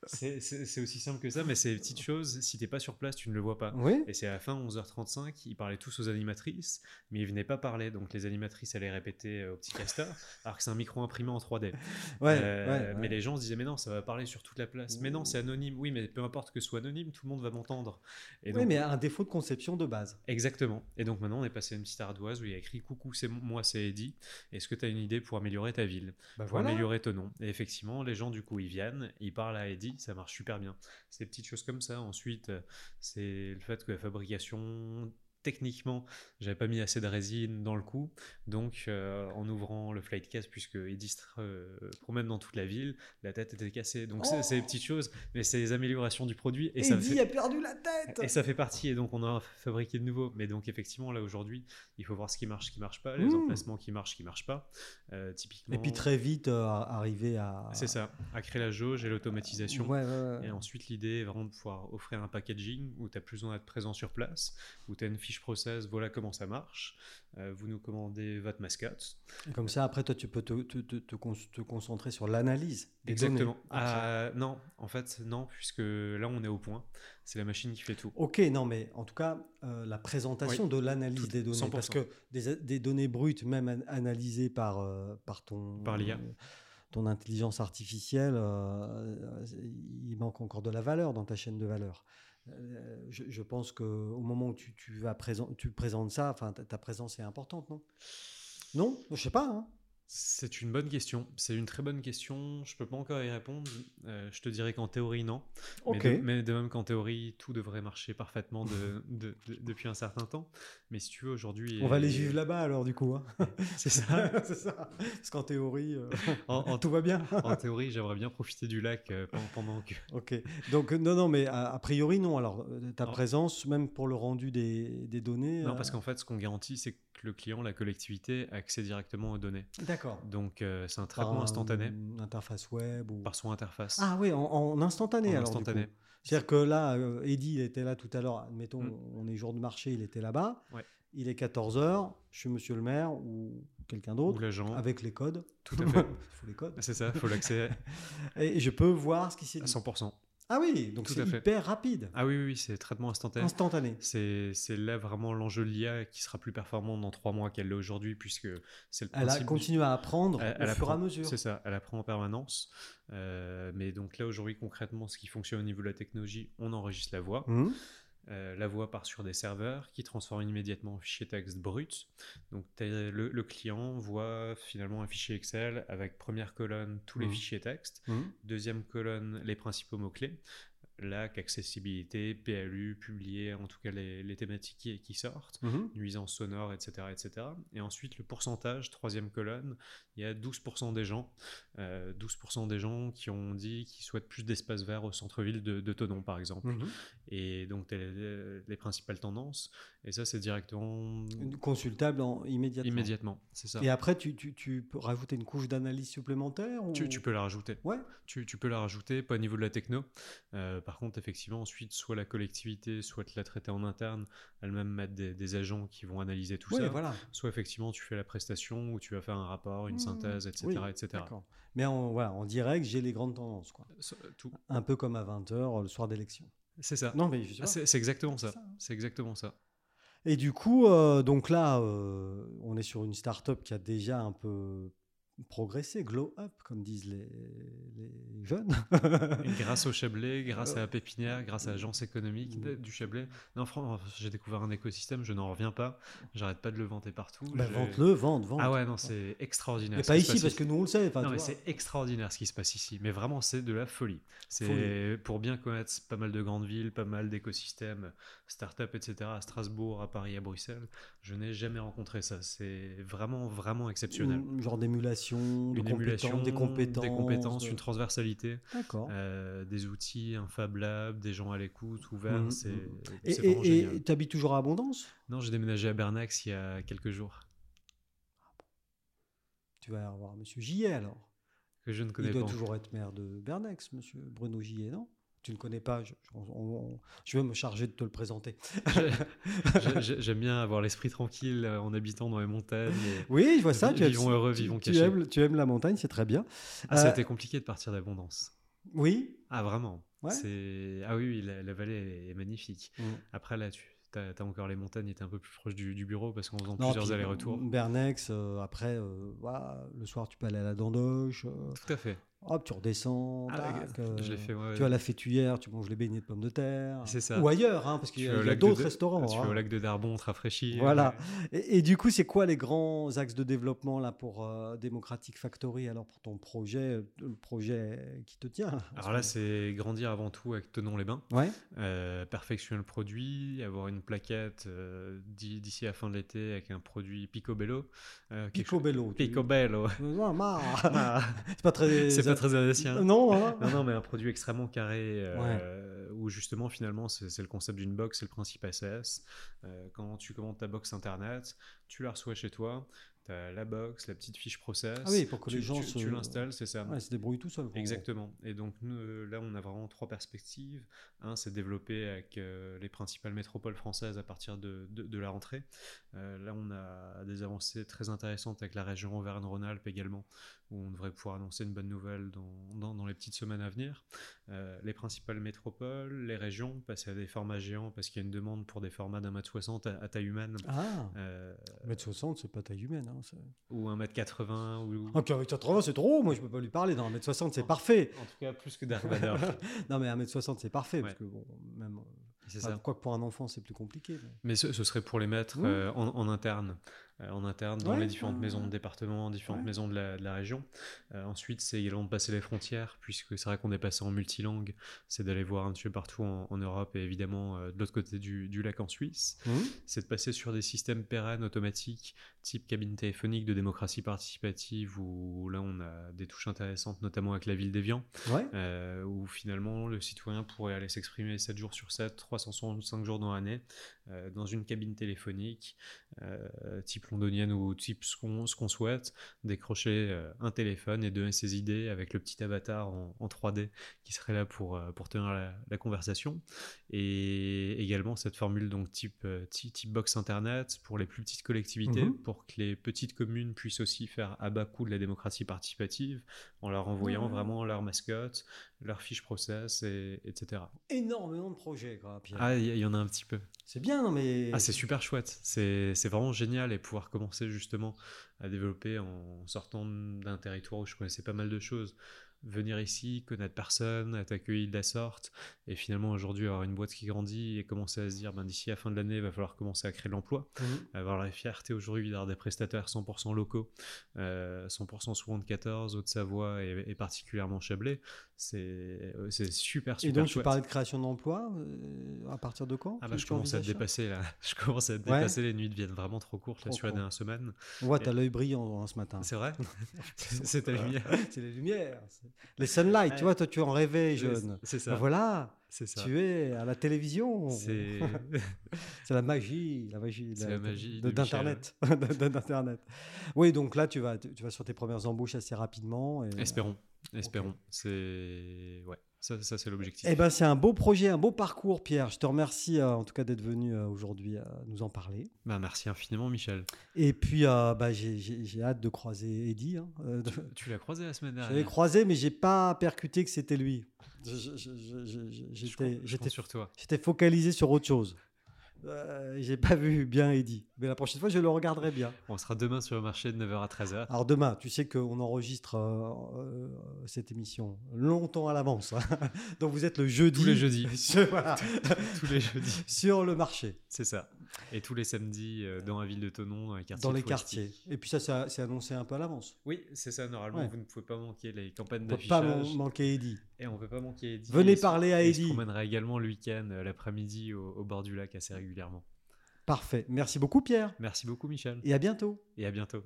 B: c'est- C'est c'est aussi simple que ça, mais c'est des petites choses. Si t'es pas sur place, tu ne le vois pas.
A: (laughs) Oui.
B: Et c'est à la fin, 11h35, ils parlaient tous aux animatrices, mais ils venaient pas parler. Donc les animatrices allaient répéter euh, au petit
A: (laughs)
B: castor, alors que c'est un micro imprimé en 3D.
A: Ouais,
B: Euh,
A: ouais, ouais.
B: Mais les gens se disaient, mais non, ça va parler sur toute la place. Mais non, c'est anonyme. Oui, mais peu importe que ce soit anonyme, tout le monde va m'entendre. Et
A: Oui,
B: donc-
A: mais un défaut de conception de base.
B: Exactement. Et donc maintenant, on est passé à une petite ardoise où il y a écrit Coucou, c'est moi, c'est Eddy. Est-ce que tu as une idée pour améliorer ta ville
A: Bah
B: pour
A: voilà.
B: améliorer ton nom. Et effectivement, les gens, du coup, ils viennent, ils parlent à Eddie, ça marche super bien. C'est des petites choses comme ça. Ensuite, euh, c'est le fait que la fabrication techniquement, j'avais pas mis assez de résine dans le coup. Donc, euh, en ouvrant le flight case, puisque Edis euh, promène dans toute la ville, la tête était cassée. Donc, c'est-
A: Oh.
B: c'est des petites choses, mais c'est des améliorations du produit. Et,
A: Et
B: ça
A: Eddie
B: fait...
A: a perdu la tête
B: Et ça fait partie, et donc on en a fabriqué de nouveau. Mais donc effectivement, là aujourd'hui, il faut voir ce qui marche, ce qui marche pas, les
A: Mm.
B: emplacements qui marchent, qui marchent pas. Euh, typiquement,
A: Et puis très vite, euh, arriver à...
B: c'est ça, à créer la jauge et l'automatisation.
A: Ouais, ouais, ouais.
B: Et ensuite, l'idée est vraiment de pouvoir offrir un packaging où tu as plus besoin d'être présent sur place, où tu as une fiche process, voilà comment ça marche. Euh, vous nous commandez votre mascotte.
A: Comme ça, après, toi, tu peux te, te- te- te con- te concentrer sur l'analyse. des
B: Exactement.
A: données.
B: Ah, non, en fait, non, puisque là, on est au point. C'est la machine qui fait tout.
A: Ok, non, mais en tout cas, euh, la présentation de l'analyse
B: tout-
A: des données, parce
B: 100%.
A: que des, des données brutes, même an- analysées par, euh, par ton...
B: Par l'IA.
A: ton intelligence artificielle, euh, il manque encore de la valeur dans ta chaîne de valeur. Euh, Je, je pense qu'au moment où tu, tu vas présent, tu présentes ça, enfin, ta, ta présence est importante, non Non Je sais pas. hein.
B: C'est une bonne question. C'est une très bonne question. Je peux pas encore y répondre. Euh, je te dirais qu'en théorie, non.
A: Ok.
B: Mais, de, mais de même qu'en théorie, tout devrait marcher parfaitement de- de- de- depuis un certain temps. Mais si tu veux, aujourd'hui.
A: On va les vivre là-bas alors du coup. hein.
B: (laughs)
A: (laughs)
B: C'est ça.
A: C'est ça. Parce qu'en théorie, euh,
B: En- (laughs) en
A: tout va bien.
B: En théorie, j'aimerais bien profiter du lac euh, pen- pendant
A: (laughs)
B: que.
A: ok. Donc euh, non, non, mais a, a priori non. Alors euh, ta
B: Non.
A: présence, même pour le rendu des, des données.
B: Non,
A: euh,
B: parce qu'en fait, ce qu'on garantit, c'est que le client, la collectivité, a accès directement aux données.
A: D'accord.
B: Donc, euh, c'est un
A: Par
B: traitement
A: un-
B: instantané
A: Une interface web ou.
B: par son interface.
A: Ah oui, en, en instantané
B: en
A: alors. du
B: instantané.
A: coup. C'est-à-dire que là, euh, Eddy, il était là tout à l'heure. Admettons,
B: Mm.
A: on est jour de marché, il était là-bas.
B: Ouais.
A: Il est 14h, je suis monsieur le maire ou quelqu'un
B: Ou
A: d'autre,
B: l'agent.
A: avec les codes.
B: Tout
A: (laughs)
B: à fait.
A: Il faut les codes.
B: C'est ça, il faut l'accès
A: Et je peux voir ce qui s'est (laughs)
B: à
A: dit.
B: 100%.
A: Ah oui, donc
B: Tout
A: c'est
B: à fait.
A: hyper rapide,
B: Ah oui, oui, oui, c'est traitement instantané.
A: instantané.
B: C'est c'est là vraiment l'enjeu de l'IA qui sera plus performant dans trois mois qu'elle l'est aujourd'hui, puisque c'est le
A: Elle a
B: principe. du-
A: continué à apprendre
B: Elle-
A: au
B: elle
A: fur et à
B: apprend.
A: mesure.
B: C'est ça, elle apprend en permanence. Euh, mais donc là, aujourd'hui, concrètement, ce qui fonctionne au niveau de la technologie, on enregistre la voix.
A: Hmm.
B: Euh, la voix part sur des serveurs qui transforment immédiatement en fichier texte brut. Donc t'as- le, le client voit finalement un fichier Excel avec première colonne tous les
A: Mhm.
B: fichiers texte,
A: Hmm.
B: deuxième colonne les principaux mots-clés, lac, accessibilité, PLU, publié, en tout cas les, les thématiques qui, qui sortent,
A: Mhm.
B: nuisances sonores, etc., etc. Et ensuite le pourcentage, troisième colonne, il y a 12% des gens, euh, 12% des gens qui ont dit qu'ils souhaitent plus d'espace vert au centre-ville de, de Thonon par exemple
A: Mhm.
B: et donc t'as les, les principales tendances. Et ça, c'est directement
A: Consultable en- immédiatement.
B: immédiatement. C'est ça.
A: Et après, tu, tu- tu peux rajouter une couche d'analyse supplémentaire ou...
B: Tu, tu peux la rajouter.
A: Ouais.
B: Tu, tu peux la rajouter, pas au niveau de la techno. Euh, par contre, effectivement, ensuite, soit la collectivité, soit te la traiter en interne, elle-même mettre des, des agents qui vont analyser tout
A: Ouais,
B: ça.
A: voilà.
B: Soit effectivement, tu fais la prestation ou tu vas faire un rapport, une
A: Mmh.
B: synthèse, etc.
A: Oui,
B: etc.
A: D'accord. Mais en, voilà, en direct, j'ai les grandes tendances. quoi.
B: So- tout.
A: Un peu comme à 20h le soir d'élection.
B: C'est ça.
A: Non, mais je sais
B: Ah,
A: pas.
B: c'est c'est exactement
A: C'est
B: ça.
A: ça, hein.
B: C'est exactement ça.
A: Et du coup, euh, donc là, euh, on est sur une start-up qui a déjà un peu progressé, glow up, comme disent les, les
B: (laughs)
A: jeunes. Bah,
B: Et grâce au Chablais, grâce
A: Euh,
B: à la Pépinière, grâce à l'agence économique de- du Chablais. Non, franchement, j'ai découvert un écosystème, je n'en reviens pas. J'arrête pas de le vanter partout.
A: Bah,
B: J'ai-
A: vente-le, vente, vente.
B: Ah ouais, non, c'est extraordinaire.
A: mais
B: ce
A: pas
B: qui se
A: ici,
B: passe
A: parce que nous, on le sait. enfin,
B: Non,
A: tu
B: mais
A: vois.
B: c'est extraordinaire ce qui se passe ici. Mais vraiment, c'est de la folie. C'est
A: Folie.
B: pour bien connaître pas mal de grandes villes, pas mal d'écosystèmes, start-up, etc. À Strasbourg, à Paris, à Bruxelles, je n'ai jamais rencontré ça. C'est vraiment, vraiment exceptionnel.
A: Une- genre d'émulation, de
B: Une
A: compétences,
B: émulation,
A: des compétences. euh.
B: des compétences,
A: de-
B: une transversalité.
A: D'accord.
B: Euh, des outils, un Fab Lab, des gens à l'écoute, ouverts,
A: Mhm,
B: c'est
A: mhm.
B: c'est
A: et
B: vraiment
A: et-
B: génial.
A: et t'habites toujours à Abondance
B: Non, j'ai déménagé à Bernax il y a quelques jours,
A: Tu vas avoir Monsieur Gillet alors.
B: que je ne
A: Il
B: connais pas.
A: doit
B: encore.
A: toujours être maire de Bernex, Monsieur Bruno Gillet, non Tu ne connais pas je, je- on- on- je vais me charger de te le présenter.
B: (laughs) J'ai- j'ai- J'aime bien avoir l'esprit tranquille euh, en habitant dans les montagnes.
A: (laughs)
B: et-
A: (laughs) Oui, je vois ça. tu as-
B: Vivons heureux,
A: tu-
B: vivons
A: tu
B: cachés.
A: aimes- tu aimes la montagne, c'est très bien.
B: Ah, ça a
A: Euh,
B: été compliqué de partir d'abondance.
A: Oui.
B: Ah, vraiment
A: Ouais.
B: C'est- Ah oui, oui, la, la vallée est magnifique.
A: Mm.
B: Après, là, tu as, encore les montagnes, étaient un peu plus proche du, du bureau parce qu'en faisant
A: Non,
B: plusieurs
A: puis, mmh,
B: allers-retours.
A: Bernex, euh, après, euh, voilà, le soir, tu peux aller à la Dandoche. euh,
B: Tout à fait.
A: Hop, tu redescends.
B: Ah,
A: tac, euh,
B: je l'ai fait, ouais.
A: Tu as la fêtuaire, tu manges les beignets de pommes de terre.
B: C'est ça.
A: Ou ailleurs, hein, parce
B: Tu
A: qu'il y a,
B: vas au
A: il y a
B: lac de
A: d'autres
B: Da-
A: restaurants.
B: Tu
A: hein.
B: vas au lac de Darbon, on te rafraîchit.
A: Voilà. Et, et du coup, c'est quoi les grands axes de développement là pour euh, Democratic Factory Alors pour ton projet, euh, le projet qui te tient. là, en
B: Alors là,
A: ce
B: c'est grandir avant tout avec Tenons les Bains,
A: moment.
B: (laughs)
A: ouais.
B: euh, perfectionner le produit, avoir une plaquette euh, d'i- d'ici la fin de l'été avec un produit Picobello. euh, quelque chose-
A: Picobello. tu-
B: Picobello. (laughs)
A: Ouais, marre.
B: Ah,
A: Euh,
B: (laughs)
A: c'est pas très. euh,
B: c'est pas très alsacien.
A: Non. hein.
B: Non, non, mais un produit extrêmement carré euh, où justement, finalement, c'est c'est le concept d'une box, c'est le principe SAS. Euh, quand tu commandes ta box internet, tu la reçois chez toi, tu as la box, la petite fiche process.
A: Ah oui, pour que
B: tu,
A: les gens
B: tu-
A: se.
B: tu l'installes, c'est ça.
A: Ouais, ils se débrouillent tout seuls. quoi, en gros.
B: Exactement. Et donc nous, euh, là, on a vraiment trois perspectives. Un, c'est développer avec euh, les principales métropoles françaises à partir de, de- de la rentrée. Euh, là, on a des avancées très intéressantes avec la région Auvergne-Rhône-Alpes également, où on devrait pouvoir annoncer une bonne nouvelle dans, dans- dans les petites semaines à venir. Euh, les principales métropoles, les régions, passer à des formats géants parce qu'il y a une demande pour des formats d'un mètre soixante à, à taille humaine.
A: Ah.
B: euh,
A: 1m60, c'est pas taille humaine. Hein, c'est-
B: ou 1m80 ou...
A: Ok, 1m80, c'est trop. Moi, je peux pas lui parler. Non, 1m60,
B: Oh.
A: c'est parfait.
B: En tout cas, plus que Dark Vador.
A: Non, mais 1m60, c'est parfait. Parce
B: Ouais.
A: que, bon, même.
B: C'est
A: Enfin,
B: ça.
A: quoi que pour un enfant, c'est plus compliqué. mais-
B: Mais ce, ce serait pour les mettre
A: Oui.
B: euh, en, en interne, euh, en interne dans
A: Mmh. Ouais,
B: les différentes
A: euh,
B: maisons de département, différentes
A: ouais.
B: maisons de la, de la région. Euh, ensuite, c'est également de passer les frontières, puisque c'est vrai qu'on est passé en multilangue, c'est d'aller voir un petit peu partout en, en Europe et évidemment euh, de l'autre côté du, du lac en Suisse. C'est de passer sur des systèmes pérennes automatiques, type cabine téléphonique de démocratie participative, où là on a des touches intéressantes, notamment avec la ville d'Évian
A: Ouais.
B: euh, où finalement le citoyen pourrait aller s'exprimer 7 jours sur 7, 365 jours dans l'année, euh, dans une cabine téléphonique, euh, type londonienne ou type ce qu'on ce qu'on souhaite, décrocher euh, un téléphone et donner ses idées avec le petit avatar en, en 3D qui serait là pour, euh, pour tenir la, la conversation. Et également cette formule donc type, euh, ti- type box internet pour les plus petites collectivités,
A: Mhm.
B: pour que les petites communes puissent aussi faire à bas coût de la démocratie participative en leur envoyant
A: Ouais.
B: vraiment leur mascotte, leur fiche process, et, etc.
A: Énormément de projets, quoi, Pierre.
B: Ah, il y, il y en a un petit peu.
A: C'est bien, non, mais.
B: Ah, c'est super chouette. C'est c'est vraiment génial et pouvoir commencer justement à développer en sortant d'un territoire où je connaissais pas mal de choses. Venir ici, connaître personne, être accueilli de la sorte, et finalement aujourd'hui avoir une boîte qui grandit et commencer à se dire ben, d'ici la fin de l'année, il va falloir commencer à créer de l'emploi
A: Mhm.
B: avoir la fierté aujourd'hui d'avoir des prestataires 100% locaux, euh, 100% souvent de 14, Haute-Savoie et, et particulièrement Chablais, c'est euh, c'est super, super
A: Et donc, tu
B: chouette.
A: parlais de création d'emplois euh, à partir de quand
B: Ah
A: tu-
B: bah, je
A: tu
B: commence à te
A: envisages ça
B: dépasser là. (laughs) Je commence à te
A: Ouais.
B: dépasser. Les nuits deviennent vraiment trop courtes là,
A: Trop
B: sur la
A: court.
B: dernière semaine.
A: Ouais, t'as l'œil brillant hein, ce matin. (laughs)
B: C'est vrai C'est ta lumière.
A: C'est les lumières. c'est- Les sunlight,
B: Ouais.
A: tu vois, toi, tu en rêvais jeune.
B: C'est
A: Ben
B: ça.
A: voilà,
B: C'est ça.
A: tu es à la télévision. C'est (laughs)
B: C'est
A: la magie, la magie,
B: C'est la magie
A: de-
B: de Michel.
A: d'internet, (laughs) De- d'internet. Oui, donc là, tu vas, tu vas sur tes premières embauches assez rapidement. Et,
B: (laughs) espérons, espérons. C'est ouais. Ça, ça c'est l'objectif.
A: Eh ben, c'est un beau projet, un beau parcours, Pierre. Je te remercie euh, en tout cas d'être venu euh, aujourd'hui euh, nous en parler.
B: Bah, merci infiniment, Michel.
A: Et puis, euh, bah, j'ai- j'ai j'ai hâte de croiser Eddie. hein, euh, de-
B: Tu l'as croisé la semaine
A: Je
B: dernière.
A: l'ai croisé, mais j'ai pas percuté que c'était lui. Je- je- je- je- je- je-
B: Je compte-
A: J'étais
B: je
A: j'étais
B: compte sur toi.
A: J'étais focalisé sur autre chose. Euh, j'ai pas vu bien Eddie. Mais la prochaine fois, je le regarderai bien.
B: On sera demain sur le marché de 9h à 13h.
A: Alors demain, tu sais qu'on enregistre euh, euh, cette émission longtemps à l'avance. hein. (laughs) Donc vous êtes le jeudi.
B: Tous les jeudis.
A: (laughs) Sur, voilà,
B: (laughs) tous les jeudis.
A: sur le marché,
B: C'est ça. Et tous les samedis euh, dans la ville de Tonon, dans les quartiers.
A: dans les
B: touristiques.
A: quartiers. Et puis ça, ça- c'est annoncé un peu à l'avance.
B: Oui, c'est ça. Normalement,
A: Ouais.
B: vous ne pouvez pas manquer les campagnes
A: On peut pas man-
B: d'affichage.
A: manquer Eddie.
B: Et on ne peut pas manquer Eddy.
A: Venez
B: Et il se-
A: parler à
B: et il se
A: Eddy.
B: promènera également le week-end, euh, l'après-midi, au, au bord du lac assez régulièrement.
A: Parfait. Merci beaucoup Pierre.
B: Merci beaucoup, Michel.
A: Et à bientôt.
B: Et à bientôt.